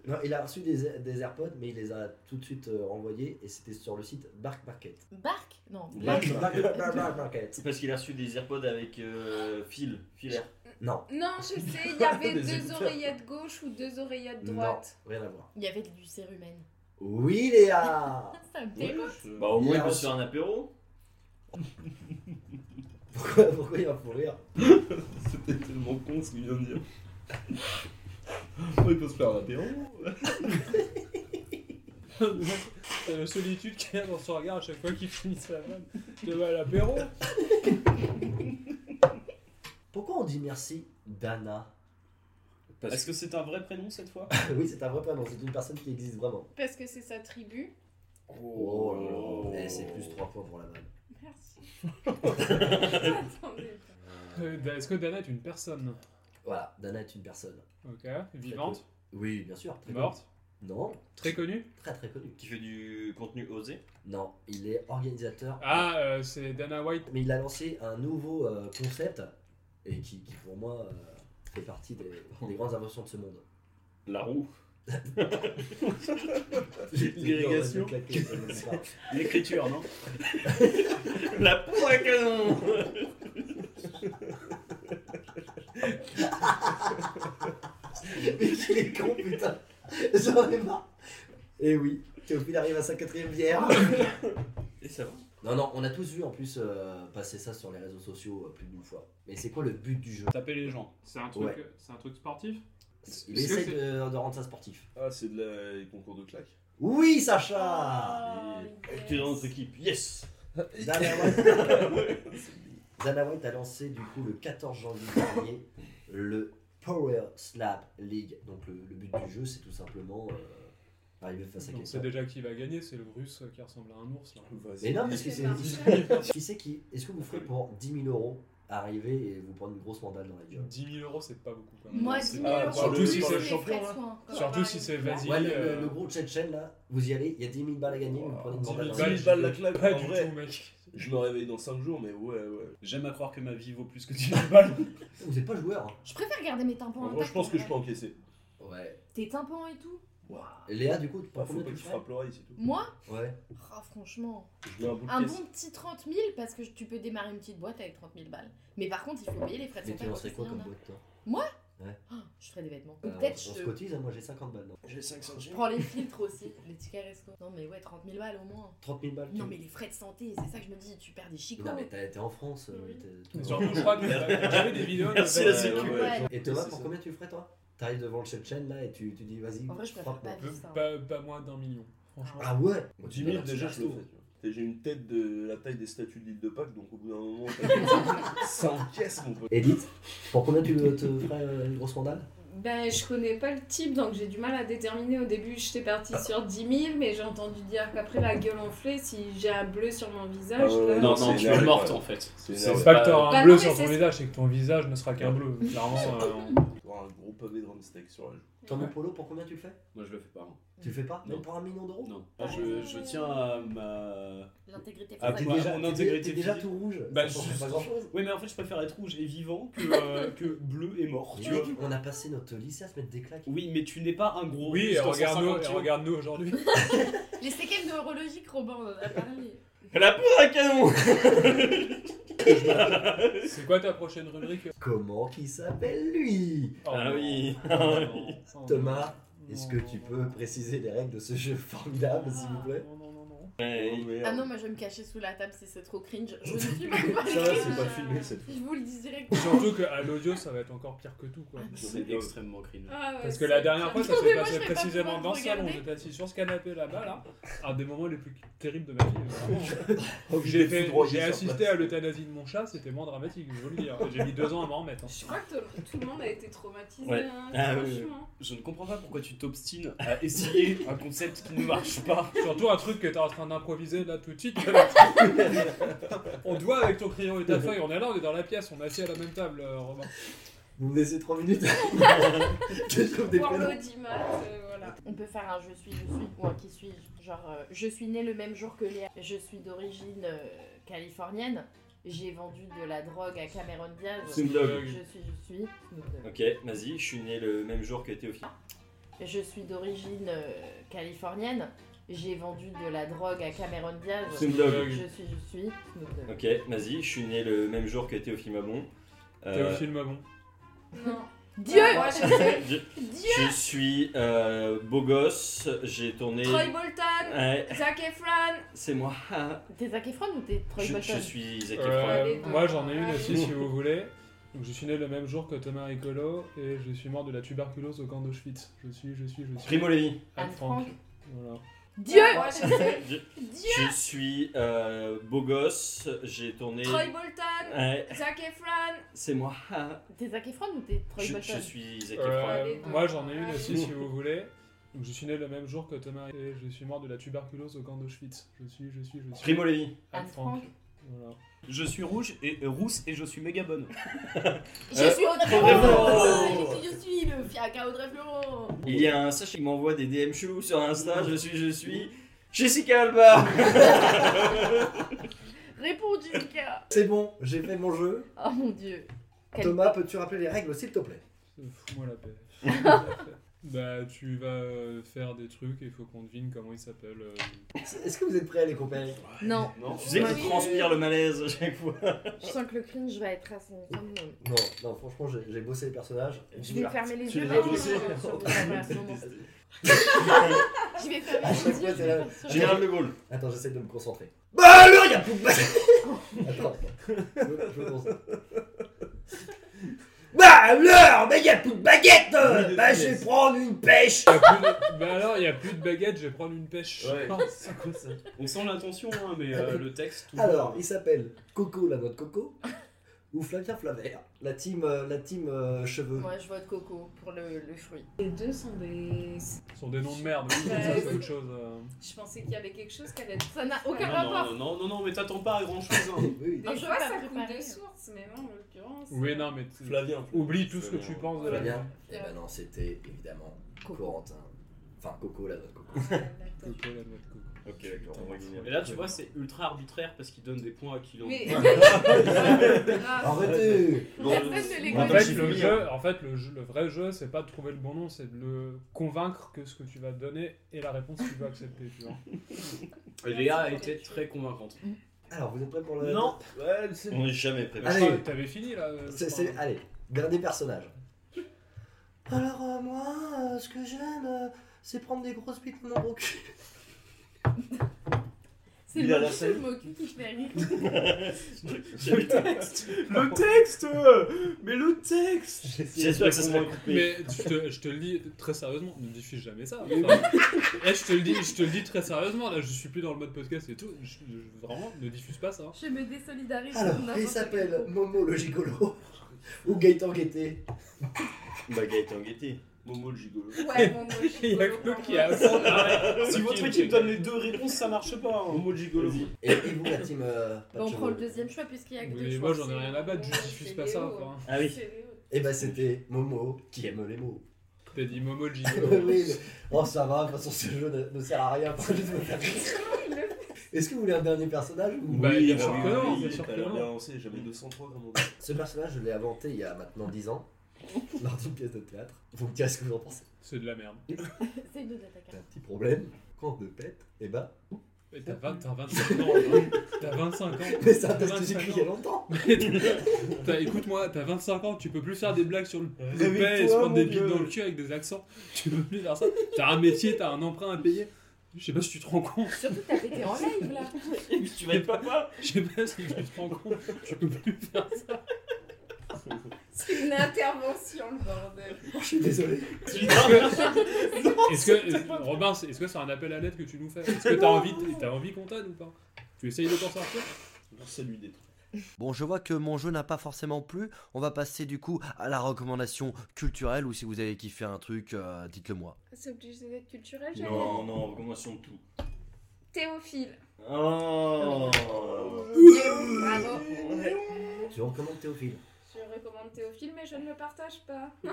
Speaker 1: Non, il a reçu des, des AirPods, mais il les a tout de suite euh, renvoyés et c'était sur le site Bark Market.
Speaker 7: Barque Non,
Speaker 6: Bark.
Speaker 7: blague.
Speaker 1: Bark, Bark- Bark Market.
Speaker 6: C'est parce qu'il a reçu des AirPods avec euh, fil, filaire.
Speaker 1: Non,
Speaker 5: Non, je sais, il y avait
Speaker 6: Des
Speaker 5: deux
Speaker 6: écouteurs.
Speaker 5: oreillettes gauche ou deux oreillettes
Speaker 1: non,
Speaker 5: droite.
Speaker 1: rien à voir.
Speaker 7: Il y avait du cérumen.
Speaker 1: Oui, Léa [LAUGHS]
Speaker 7: Ah, Ça me
Speaker 6: Ouais,
Speaker 7: dégoûte.
Speaker 6: je- Bah au moins
Speaker 1: Il
Speaker 6: il
Speaker 1: a
Speaker 6: peut
Speaker 1: reçu-
Speaker 6: se faire un apéro.
Speaker 1: pourquoi, pourquoi il va rire
Speaker 8: C'était tellement con ce qu'il vient de dire. Oh, il peut se faire un apéro.
Speaker 2: La solitude qu'il y a dans son regard à chaque fois qu'il [LAUGHS] finit sa vanne. Tu vas à l'apéro
Speaker 1: Pourquoi on dit merci Dana
Speaker 6: Parce
Speaker 9: Est-ce que c'est un vrai prénom cette fois
Speaker 1: [LAUGHS] Oui, c'est un vrai prénom, c'est une personne qui existe vraiment.
Speaker 5: Parce que c'est sa tribu.
Speaker 1: Oh là là, Eh, c'est plus 3 points pour la vanne.
Speaker 5: Merci. Attendez.
Speaker 2: Euh, Est-ce que Dana est une personne
Speaker 1: Voilà, Dana est une personne.
Speaker 2: Ok. Vivante
Speaker 1: Oui, bien sûr. très
Speaker 2: Morte
Speaker 1: Non,
Speaker 2: Très connu
Speaker 1: très très connu.
Speaker 6: Qui fait du contenu osé.
Speaker 1: Non, il est organisateur.
Speaker 2: Ah, euh, c'est Dana White.
Speaker 1: Mais il a lancé un nouveau euh, concept et qui, qui, pour moi euh, fait partie des, des grandes inventions de ce monde. [LAUGHS]
Speaker 6: La roue.
Speaker 1: L'irrigation.
Speaker 7: [LAUGHS]
Speaker 3: L'écriture, non
Speaker 6: [LAUGHS] La poule à canon
Speaker 1: Mais qu'il est con, putain. J'en ai marre. Et oui, Théophile arrive à sa quatrième bière.
Speaker 6: Et ça va
Speaker 1: Non, non, on a tous vu en plus euh, passer ça sur les réseaux sociaux euh, plus d'une fois. Mais c'est quoi le but du jeu
Speaker 3: Taper les gens.
Speaker 2: C'est un truc,
Speaker 1: Ouais.
Speaker 2: c'est un truc sportif.
Speaker 1: Il
Speaker 2: Est-ce que
Speaker 1: essaie de, de rendre ça sportif.
Speaker 8: Ah, c'est de la- les concours de claques.
Speaker 1: Oui, Sacha
Speaker 6: Tu es dans notre équipe, yes
Speaker 1: Dana White- Dana White a lancé du coup le 14 janvier dernier le Power Slap League. Donc le, le but du jeu, c'est tout simplement euh, arriver face à
Speaker 2: On sait
Speaker 1: quelqu'un.
Speaker 2: déjà qui va gagner, c'est le russe qui ressemble à un ours là.
Speaker 1: Mais
Speaker 8: Vas-y.
Speaker 1: non, parce que
Speaker 5: C'est
Speaker 1: c'est. qui c'est qui Est-ce que vous ferez pour 10 000 euros arriver et vous prendre une grosse mandale dans la gueule
Speaker 2: 10 000 euros, c'est pas beaucoup quand même.
Speaker 4: Moi,
Speaker 8: c'est
Speaker 4: 10 000
Speaker 8: pas-
Speaker 4: euros.
Speaker 8: surtout
Speaker 4: je
Speaker 2: Ah, si
Speaker 4: prends
Speaker 2: c'est
Speaker 4: les
Speaker 2: champion,
Speaker 4: frais de
Speaker 5: hein.
Speaker 4: soins, quoi.
Speaker 2: Surtout si c'est vas-y.
Speaker 1: Ouais, le,
Speaker 2: euh,
Speaker 1: le- le gros Tchétchène là, vous y allez, il y a 10 000 balles à gagner, vous prenez une
Speaker 2: 10 000
Speaker 1: mandale dans la
Speaker 2: balles,
Speaker 1: gueule.
Speaker 8: 10 balles la claque,
Speaker 2: Pas
Speaker 8: en
Speaker 2: du
Speaker 8: vrai.
Speaker 2: tout, mec.
Speaker 8: Je me réveille dans 5 jours, mais ouais, ouais.
Speaker 3: J'aime à croire que ma vie vaut plus que 10 000 balles.
Speaker 1: Vous êtes pas joueur. hein.
Speaker 4: Je préfère garder mes tympans
Speaker 8: En
Speaker 4: intacts.
Speaker 8: vrai, je pense que je
Speaker 4: en
Speaker 8: peux encaisser.
Speaker 1: Ouais.
Speaker 4: vrai. Tes tympans et tout
Speaker 1: Léa, du coup, tu prends
Speaker 8: Faut
Speaker 1: combien
Speaker 8: pas
Speaker 1: tu
Speaker 8: que tu
Speaker 1: ferais
Speaker 8: frappes l'oreille, c'est tout.
Speaker 4: Moi
Speaker 1: Ouais.
Speaker 7: oh,
Speaker 4: Ah, Franchement.
Speaker 8: Je mets un bout de
Speaker 4: Un
Speaker 8: caisse.
Speaker 4: bon petit 30 000 parce que tu peux démarrer une petite boîte avec 30 000 balles. Mais par contre, il faut payer les frais de
Speaker 1: Mais
Speaker 4: santé.
Speaker 1: tu lancerais
Speaker 4: quand
Speaker 1: quoi
Speaker 4: c'est
Speaker 1: comme
Speaker 4: un an.
Speaker 1: boîte toi
Speaker 4: Oh, Je ferais des vêtements. Ou
Speaker 1: Euh,
Speaker 4: Peut-être
Speaker 1: On on se
Speaker 4: je
Speaker 1: cotise, hein, moi j'ai 50 balles. non
Speaker 8: J'ai 5
Speaker 4: je
Speaker 8: centimes.
Speaker 4: prends les filtres aussi. Les tickets resto. Non mais ouais, 30 000 balles au moins.
Speaker 1: 30 000 balles. tu-
Speaker 4: Non mais les frais de santé, c'est ça que je me dis, tu perds des chicots.
Speaker 1: Non, mais t'as été en France. euh,
Speaker 4: Oui.
Speaker 1: t'es- tout
Speaker 2: Mais
Speaker 1: le
Speaker 2: surtout,
Speaker 1: monde.
Speaker 2: je
Speaker 1: [LAUGHS]
Speaker 2: crois que j'ai vu des vidéos. de-
Speaker 6: Merci,
Speaker 2: euh,
Speaker 6: la sécu.
Speaker 8: ouais,
Speaker 4: Ouais.
Speaker 1: Et Thomas,
Speaker 8: c'est
Speaker 1: pour
Speaker 8: ça.
Speaker 1: combien tu ferais toi T'arrives devant le Tchétchène là et tu, tu dis vas-y.
Speaker 4: En vrai, je préfère
Speaker 1: frappe-moi.
Speaker 4: pas vivre ça.
Speaker 2: Pas, pas moins d'un million, franchement.
Speaker 1: Ah ouais
Speaker 8: 10 000 déjà, je le fais. tu vois. Et J'ai une tête de la taille des statues de l'île de Pâques, donc au bout d'un moment,
Speaker 4: [LAUGHS]
Speaker 8: t'as- ça encaisse, mon pote.
Speaker 1: Edith, pour combien tu te ferais euh, une grosse mandale
Speaker 5: Ben, je connais pas le type, donc j'ai du mal à déterminer. Au début, j'étais partie sur 10 000, mais j'ai entendu dire qu'après la gueule enflée, si j'ai un bleu sur mon visage, euh,
Speaker 8: Ah ouais,
Speaker 5: là,
Speaker 8: ouais,
Speaker 10: Non,
Speaker 8: c'est
Speaker 10: non, tu es
Speaker 8: énervé,
Speaker 10: morte
Speaker 8: ouais.
Speaker 10: en fait.
Speaker 8: C'est
Speaker 2: C'est
Speaker 8: énervé.
Speaker 2: pas que t'auras
Speaker 5: Bah
Speaker 2: un
Speaker 5: non,
Speaker 2: bleu
Speaker 5: mais
Speaker 2: sur
Speaker 5: c'est
Speaker 2: ton
Speaker 5: ça.
Speaker 2: visage, c'est que ton visage ne sera qu'un bleu. Clairement, euh, on-
Speaker 8: Pour oh, un gros pavé de steak sur la joue.
Speaker 1: Ton
Speaker 2: Ouais.
Speaker 1: polo, pour combien tu le fais
Speaker 3: Moi, je le fais pas. hein.
Speaker 1: Tu le fais pas
Speaker 3: Non.
Speaker 1: Même pour un million d'euros
Speaker 3: Non. Ah, je, je tiens à ma.
Speaker 4: L'intégrité
Speaker 3: Ah,
Speaker 1: T'es
Speaker 3: ouais,
Speaker 4: physique.
Speaker 1: déjà,
Speaker 3: mon
Speaker 1: t'es-
Speaker 3: intégrité
Speaker 1: t'es déjà
Speaker 3: physique.
Speaker 1: tout rouge.
Speaker 3: Bah,
Speaker 1: ça change
Speaker 3: juste-
Speaker 1: pas grand chose.
Speaker 3: Oui, mais en fait, je préfère être rouge et vivant que, euh, que bleu et mort, tu vois.
Speaker 1: On a passé notre lycée à se mettre des claques.
Speaker 3: Oui, mais tu n'es pas un gros
Speaker 2: Oui,
Speaker 3: russe
Speaker 2: et
Speaker 3: dans
Speaker 2: regarde-nous
Speaker 3: 150
Speaker 2: et
Speaker 3: kilos.
Speaker 2: regarde-nous aujourd'hui.
Speaker 4: Les séquelles neurologiques, Robin, euh, on en a parlé.
Speaker 6: La poule à Oh, canon
Speaker 2: [LAUGHS] C'est quoi ta prochaine rubrique
Speaker 1: Comment qui s'appelle lui
Speaker 2: Oh
Speaker 6: Ah
Speaker 2: non.
Speaker 6: oui.
Speaker 2: Oh non. Oh
Speaker 1: [LAUGHS] Thomas,
Speaker 2: non.
Speaker 1: est-ce
Speaker 2: Non,
Speaker 1: que
Speaker 2: non,
Speaker 1: tu
Speaker 2: non,
Speaker 1: peux
Speaker 2: non.
Speaker 1: préciser les règles de ce jeu formidable, s'il vous plaît
Speaker 2: Non, non, non, non.
Speaker 8: Oh,
Speaker 6: Ouais.
Speaker 8: merde.
Speaker 4: Ah non, mais je vais me cacher sous la table si c'est trop cringe. Je ne suis même
Speaker 1: [LAUGHS]
Speaker 4: pas
Speaker 8: Ça,
Speaker 4: cringe.
Speaker 8: c'est pas filmé cette
Speaker 4: Je vous le dis direct.
Speaker 2: Surtout qu'à l'audio, ça va être encore pire que tout. quoi.
Speaker 3: C'est extrêmement cringe.
Speaker 5: Ah ouais,
Speaker 2: Parce que
Speaker 5: c'est
Speaker 2: la dernière fois,
Speaker 5: clair.
Speaker 2: ça
Speaker 4: Non,
Speaker 2: s'est
Speaker 4: mais moi, je
Speaker 2: passé
Speaker 4: vais pas
Speaker 2: précisément
Speaker 4: pouvoir
Speaker 2: dans le salon.
Speaker 4: regarder.
Speaker 2: J'étais assis sur ce canapé là-bas, là. Un des moments les plus terribles de ma vie. vraiment. J'ai fait- j'ai assisté à l'euthanasie de mon chat, c'était moins dramatique, je vous le dire. J'ai mis deux ans à m'en remettre. hein.
Speaker 5: Je crois que tout- tout le monde a été traumatisé,
Speaker 3: Ouais.
Speaker 5: hein,
Speaker 3: Ah oui,
Speaker 5: franchement.
Speaker 3: Je ne comprends pas pourquoi tu t'obstines à essayer un concept qui ne marche pas.
Speaker 2: Surtout un truc que t'es en train d'improviser là tout de suite. [LAUGHS] on doit avec ton crayon et ta feuille, on est là, on est dans la pièce, on est assis à la même table, euh, Romain.
Speaker 1: Vous me laissez 3
Speaker 3: [LAUGHS]
Speaker 1: minutes Que je trouve des
Speaker 5: Voir
Speaker 1: prénoms.
Speaker 5: l'audimat, euh, voilà.
Speaker 4: On peut faire un je suis, je suis, ou un qui suis-je. Genre, euh, je suis née le même jour que Léa. Je suis d'origine euh, californienne. J'ai vendu de la drogue à Cameron Diaz.
Speaker 6: C'est
Speaker 4: Je
Speaker 6: une blague.
Speaker 4: suis, je suis. euh, Snoop Dogg.
Speaker 6: Ok, vas-y, je suis né le même jour que Théophile.
Speaker 4: Je suis d'origine euh, californienne. J'ai vendu de la drogue à Cameron Diaz.
Speaker 6: C'est une
Speaker 4: Je
Speaker 6: blague.
Speaker 4: suis, je suis. euh, Snoop Dogg.
Speaker 6: Ok, vas-y, je suis né le même jour que Théophile Mablon. Euh,
Speaker 2: Théophile Mabon.
Speaker 5: Non.
Speaker 4: Dieu
Speaker 5: Moi, je sais.
Speaker 6: je,
Speaker 5: Dieu
Speaker 6: [LAUGHS] je suis euh, beau gosse, j'ai tourné.
Speaker 5: Troy Bolton
Speaker 6: Ouais,
Speaker 5: Zac Efron
Speaker 6: c'est moi.
Speaker 4: T'es Zac Efron ou t'es Troy
Speaker 6: Je,
Speaker 4: Bolton
Speaker 6: je suis Zac
Speaker 2: Euh,
Speaker 6: Efron.
Speaker 5: les deux.
Speaker 2: moi j'en ai une aussi
Speaker 5: Ouais.
Speaker 2: si vous voulez. Donc, je suis né le même jour que Thomas Ricolo et je suis mort de la tuberculose au camp d'Auschwitz. Je suis, je suis, je suis.
Speaker 6: Primo Levi.
Speaker 2: Anne
Speaker 4: Anne
Speaker 2: Frank.
Speaker 4: Frank.
Speaker 2: Voilà.
Speaker 4: Dieu
Speaker 5: Moi, je sais. Dieu
Speaker 6: Je suis euh, beau gosse, j'ai tourné.
Speaker 5: Troy Bolton
Speaker 6: Ouais,
Speaker 5: Zac Efron
Speaker 6: c'est moi.
Speaker 4: T'es Zac Efron ou t'es Troy
Speaker 6: Je,
Speaker 4: Bolton
Speaker 6: je suis Zac
Speaker 2: Euh,
Speaker 6: Efron.
Speaker 5: les deux.
Speaker 2: moi j'en ai une aussi
Speaker 6: Ouais.
Speaker 2: si vous voulez. Donc, je suis né le même jour que Thomas et je suis mort de la tuberculose au camp d'Auschwitz. Je suis, je suis, je suis.
Speaker 6: Primo Levi.
Speaker 2: Anne
Speaker 4: Anne Frank.
Speaker 2: Frank. Voilà.
Speaker 11: Je suis rouge et euh, rousse et je suis méga bonne.
Speaker 4: Je
Speaker 6: Euh,
Speaker 4: suis au
Speaker 6: Audrey-Fleurot.
Speaker 4: Je suis le fiacre Audrey Fleurot
Speaker 6: Il y a un sachet qui m'envoie des DM chelous sur Insta, je suis, je suis. Jessica Alba
Speaker 4: Réponds, Jessica
Speaker 1: C'est bon, j'ai fait mon jeu.
Speaker 4: Oh mon dieu Quel-
Speaker 1: Thomas, peux-tu rappeler les règles, s'il te plaît
Speaker 2: Fous-moi la paix. bah, tu vas euh, faire des trucs et il faut qu'on devine comment il s'appelle. euh.
Speaker 1: Est-ce que vous êtes prêts, les copains
Speaker 4: Non,
Speaker 8: Non
Speaker 6: Tu sais
Speaker 4: Ouais.
Speaker 6: qu'il transpire le malaise à chaque fois.
Speaker 4: je sens que le cringe va être assez comme-
Speaker 1: Non, non, franchement, j'ai j'ai bossé les personnages.
Speaker 4: Je vais fermer les
Speaker 1: Tu
Speaker 4: yeux
Speaker 1: les as
Speaker 4: maintenant, je
Speaker 1: bossés [LAUGHS]
Speaker 4: sur votre version. Je vais
Speaker 1: À
Speaker 4: fermer
Speaker 1: chaque
Speaker 4: les
Speaker 1: fois,
Speaker 4: yeux
Speaker 1: c'est la-
Speaker 4: je vais-
Speaker 6: Général de Gaulle.
Speaker 1: Attends, j'essaie de me concentrer. Bah le regarde pour- Attends, je, je me concentre. Bah alors, mais y a plus de baguette
Speaker 6: Oui, de
Speaker 1: Bah je vais
Speaker 6: finesse.
Speaker 1: prendre une pêche
Speaker 2: Y a plus de- bah alors, il n'y a plus de baguette, je vais prendre une pêche. [LAUGHS]
Speaker 8: Ouais.
Speaker 2: Oh, c'est quoi ça
Speaker 3: On sent l'intention, hein, mais euh, le texte. toujours.
Speaker 1: Alors, il s'appelle Coco la noix de coco ou Flavien Flavert, la team, euh, la team euh, cheveux.
Speaker 4: Moi, je vois de coco pour le, le fruit.
Speaker 5: Les deux sont des.
Speaker 2: Ce sont des noms de merde, oui,
Speaker 5: Ouais.
Speaker 2: ça, c'est autre chose. euh.
Speaker 5: Je pensais qu'il y avait quelque chose qui allait être.
Speaker 4: Ça n'a
Speaker 6: Ah
Speaker 4: aucun
Speaker 3: Non,
Speaker 4: rapport
Speaker 3: non, non, non, non, mais t'attends pas à grand chose. Hein.
Speaker 1: Oui, oui.
Speaker 5: Des
Speaker 4: Ah, je
Speaker 5: fois,
Speaker 4: peux
Speaker 5: ça
Speaker 4: pas
Speaker 5: coule
Speaker 4: préparer.
Speaker 5: de source, mais moi, en l'occurrence.
Speaker 2: Oui, non, mais. tu-
Speaker 8: Flavien.
Speaker 2: Oublie tout ce que tu
Speaker 8: Flavien.
Speaker 2: penses de la
Speaker 1: Flavien.
Speaker 2: vie.
Speaker 1: Eh ben non, c'était évidemment Corentin. Enfin, Coco la noix de coco.
Speaker 5: La- la tête.
Speaker 4: [LAUGHS]
Speaker 2: Coco, la noix de coco.
Speaker 6: Ok, d'accord, on va
Speaker 3: Et là, tu vois, c'est ultra arbitraire parce qu'il donne des points à qui l'on.
Speaker 5: Mais.
Speaker 1: Alors, Arrêtez
Speaker 6: euh,
Speaker 4: Personne ne les
Speaker 2: En
Speaker 4: connaît.
Speaker 2: fait, le, jeu, en fait le, jeu- le vrai jeu, c'est pas de trouver le bon nom, c'est de le convaincre que ce que tu vas donner est la réponse qu'il veut accepter. Tu vois.
Speaker 3: Et Léa a été très convaincante.
Speaker 1: Alors, vous êtes prêts pour le.
Speaker 3: Non.
Speaker 1: Ouais, c'est-
Speaker 6: On n'est jamais préparé.
Speaker 1: Allez.
Speaker 2: Ah, T'avais fini là je
Speaker 1: C'est-
Speaker 2: crois.
Speaker 1: c'est- allez, dernier personnage. Alors euh, moi, euh, ce que j'aime, euh, c'est prendre des grosses bites dans mon gros
Speaker 4: [LAUGHS]
Speaker 1: cul.
Speaker 4: C'est
Speaker 6: Il a la
Speaker 4: le
Speaker 6: scène.
Speaker 4: seul mot cul qui te fait rire.
Speaker 6: J'avais-
Speaker 3: Le texte Mais le texte
Speaker 6: [LAUGHS] J'espère que ça sera coupé.
Speaker 2: Mais je te, je te le dis très sérieusement, ne diffuse jamais ça. Enfin, eh, je te le dis, je te le dis très sérieusement. Là, je suis plus dans le mode podcast et tout. Je- je- vraiment, ne diffuse pas
Speaker 4: [LAUGHS]
Speaker 2: ça. hein.
Speaker 4: Je me désolidarise.
Speaker 1: Alors,
Speaker 4: de
Speaker 1: il
Speaker 4: n'importe
Speaker 1: s'appelle
Speaker 4: quel mot.
Speaker 1: Momo le gigolo [LAUGHS] ou Gaëtan Guetté.
Speaker 6: Bah, Gaëtan Guetté.
Speaker 8: Momo le gigolo.
Speaker 5: Ouais,
Speaker 2: [LAUGHS]
Speaker 5: mon moche.
Speaker 2: Il y a que nous qui a.
Speaker 3: Si votre équipe donne les deux réponses, ça marche pas. hein.
Speaker 6: Homo gigolo.
Speaker 1: Et, et vous la team euh, pas
Speaker 4: Bah,
Speaker 1: de
Speaker 4: on
Speaker 1: cheveux.
Speaker 4: prend le deuxième choix puisqu'il y a que deux
Speaker 2: Mais
Speaker 4: choix.
Speaker 2: moi, j'en ai rien à battre. Je diffuse pas ça. enfin.
Speaker 6: Ah oui.
Speaker 5: C'est Léo.
Speaker 1: Et bah c'était Momo qui aime les
Speaker 4: [LAUGHS]
Speaker 1: mots.
Speaker 2: T'as dit Momo Gino.
Speaker 1: oui, mais- oh ça va, de toute façon ce jeu ne, ne sert à rien. faut juste me faire
Speaker 4: [LAUGHS]
Speaker 1: rire. Est-ce que vous voulez un dernier personnage ou-
Speaker 2: Bah, bien sûr
Speaker 8: oui,
Speaker 2: que non,
Speaker 8: oui,
Speaker 2: bien sûr
Speaker 8: t'as
Speaker 2: que
Speaker 8: l'air bien
Speaker 2: non.
Speaker 8: avancé, j'avais 203 comme on dit.
Speaker 1: Ce personnage, je l'ai inventé il y a maintenant 10 ans, lors d'une pièce de théâtre. Vous me direz ce que vous en pensez.
Speaker 2: C'est de la merde.
Speaker 4: Essaye de t'attaquer.
Speaker 1: T'as un petit problème, quand on te pète, et bah,
Speaker 2: Mais T'as 20 t'as [LAUGHS] 25 ans. hein. T'as 25 ans.
Speaker 1: [LAUGHS] mais ça parce que
Speaker 2: 25
Speaker 1: j'ai écrit
Speaker 2: ans.
Speaker 1: il y a longtemps.
Speaker 2: T'as- Écoute-moi, t'as 25 ans, tu peux plus faire des blagues sur le
Speaker 8: Réveille-toi,
Speaker 2: paix et se prendre
Speaker 8: mon
Speaker 2: des bites
Speaker 8: Dieu.
Speaker 2: dans le cul avec des accents. [LAUGHS] Tu peux plus faire ça. T'as un métier, t'as un emprunt à payer. Je sais pas si tu te rends compte. [LAUGHS]
Speaker 4: Surtout que t'as pété en live là.
Speaker 6: Tu vas être papa
Speaker 2: Je sais pas si tu te rends compte. Tu peux plus faire ça.
Speaker 5: C'est une intervention, le bordel.
Speaker 1: Je suis désolé.
Speaker 2: Est-ce que, Robin, c'est- est-ce que c'est un appel à l'aide que tu nous fais Est-ce que t'as envie, t'as envie qu'on t'aide ou pas Tu essayes de t'en sortir
Speaker 8: Salut des trucs.
Speaker 1: Bon, je vois que mon jeu n'a pas forcément plu. On va passer du coup à la recommandation culturelle ou si vous avez kiffé un truc, euh, dites-le moi.
Speaker 5: C'est obligé d'être culturel, j'allais.
Speaker 6: Non, non, recommandation de tout.
Speaker 5: Théophile.
Speaker 6: Oh
Speaker 5: Bravo.
Speaker 1: Je recommande Théophile.
Speaker 5: Je recommande Théophile, mais je ne le partage pas. [LAUGHS]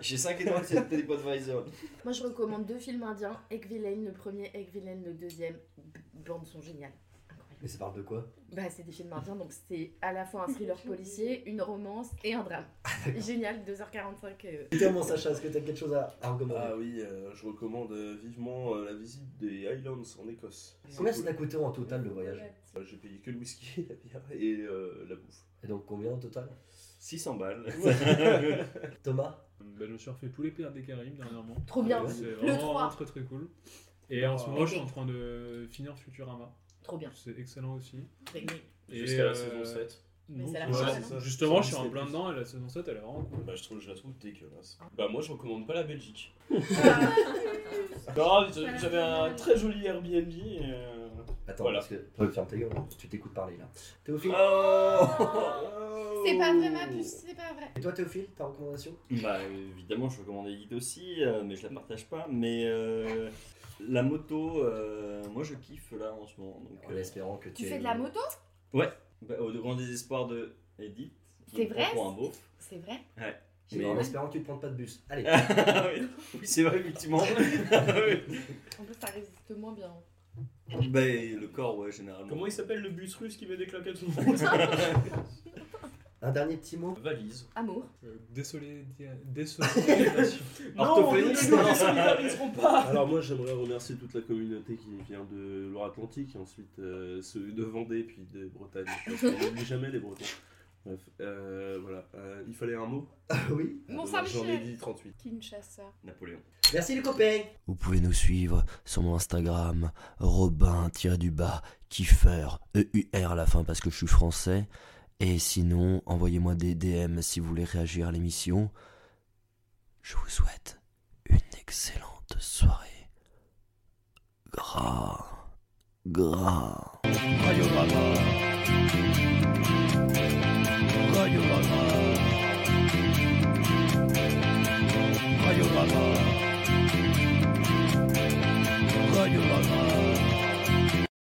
Speaker 6: J'ai 5 étoiles sur le TripAdvisor.
Speaker 4: Moi, je recommande deux films indiens Ekvilaine le premier, Ekvilaine le deuxième. B- Bandes sont géniales. Incroyable.
Speaker 1: Mais ça parle de quoi
Speaker 4: Bah, c'est des films indiens, donc c'est à la fois un thriller policier, une romance et un drame. Génial, 2h45. euh.
Speaker 1: Évidemment, Sacha, est-ce que t'as quelque chose à, à recommander
Speaker 8: Ah oui, euh, je recommande euh, vivement euh, la visite des Highlands en Écosse. C'est
Speaker 1: Combien
Speaker 8: cool.
Speaker 1: ça t'a coûté en total le voyage
Speaker 8: Euh, J'ai payé que le whisky, [LAUGHS] la bière et euh, la bouffe.
Speaker 1: Et donc combien en total [LAUGHS]
Speaker 6: 600 balles.
Speaker 1: Thomas
Speaker 2: Ben, Je me suis refait tous les pères des Caraïbes dernièrement.
Speaker 4: Trop bien.
Speaker 2: C'est
Speaker 4: Le
Speaker 2: vraiment
Speaker 4: 3.
Speaker 2: très très cool. Et en ce moment, je suis en train de finir Futurama.
Speaker 4: Trop bien.
Speaker 2: C'est excellent aussi. Et,
Speaker 3: Jusqu'à la
Speaker 2: euh,
Speaker 3: saison 7.
Speaker 4: Mais
Speaker 2: non,
Speaker 4: c'est la
Speaker 2: tu
Speaker 4: fin,
Speaker 2: vois,
Speaker 4: là,
Speaker 8: non
Speaker 2: Justement, je suis en
Speaker 8: C'est
Speaker 2: plein
Speaker 8: plus.
Speaker 2: dedans et la saison 7 elle est vraiment cool.
Speaker 3: Bah, je trouve, je la trouve dégueulasse. Bah, moi, je recommande pas la Belgique.
Speaker 5: Non,
Speaker 3: Non, j'avais un très joli Airbnb. et, euh,
Speaker 1: Attends,
Speaker 3: Voilà.
Speaker 1: parce que. Ouais, ferme ta gueule, tu t'écoutes parler là. Théophile
Speaker 5: C'est pas vrai, ma puce, c'est pas vrai.
Speaker 1: Et toi, Théophile, ta recommandation
Speaker 6: Bah évidemment, je recommande Edith aussi, euh, mais je la partage pas. Mais euh, la moto, euh, moi je kiffe là en ce moment. Donc,
Speaker 1: En
Speaker 6: euh,
Speaker 1: espérant que
Speaker 4: Tu
Speaker 1: t'aies
Speaker 4: fais
Speaker 1: le-
Speaker 4: de la moto
Speaker 6: Bah, au grand désespoir de Edith. qui
Speaker 4: C'est
Speaker 6: me
Speaker 4: vrai,
Speaker 6: prend Pour un beauf.
Speaker 4: [LAUGHS] C'est vrai
Speaker 12: Mais
Speaker 6: Mais-
Speaker 12: en espérant que tu ne prends pas de bus. Allez.
Speaker 6: oui, c'est vrai,
Speaker 4: [LAUGHS]
Speaker 6: effectivement.
Speaker 4: En plus, ça résiste moins bien.
Speaker 6: bah, le corps, ouais, généralement.
Speaker 3: Comment il s'appelle le bus russe qui met des claquettes sous le monde
Speaker 12: Un dernier petit mot.
Speaker 3: Valise.
Speaker 4: Amour.
Speaker 2: Euh, Désolé, dia- désolé.
Speaker 6: Orthophoniste, non,
Speaker 8: [LAUGHS] Alors moi j'aimerais remercier toute la communauté qui vient de Loire-Atlantique, et ensuite euh, ceux de Vendée, puis de Bretagne.
Speaker 3: [LAUGHS]
Speaker 8: Parce qu'on n'oublie jamais les Bretons. Bref, euh, voilà. Euh, il fallait un mot
Speaker 12: oui.
Speaker 8: Ah, dommage, J'en ai dit 38.
Speaker 5: Kinshasa.
Speaker 6: Napoléon.
Speaker 12: Merci les copains. Vous pouvez nous suivre sur mon Instagram, Robin du bas Kiffer EUR à la fin parce que je suis français. Et sinon, envoyez-moi des DM si vous voulez réagir à l'émission. Je vous souhaite une excellente soirée. Gras. Gras. Radio Baba.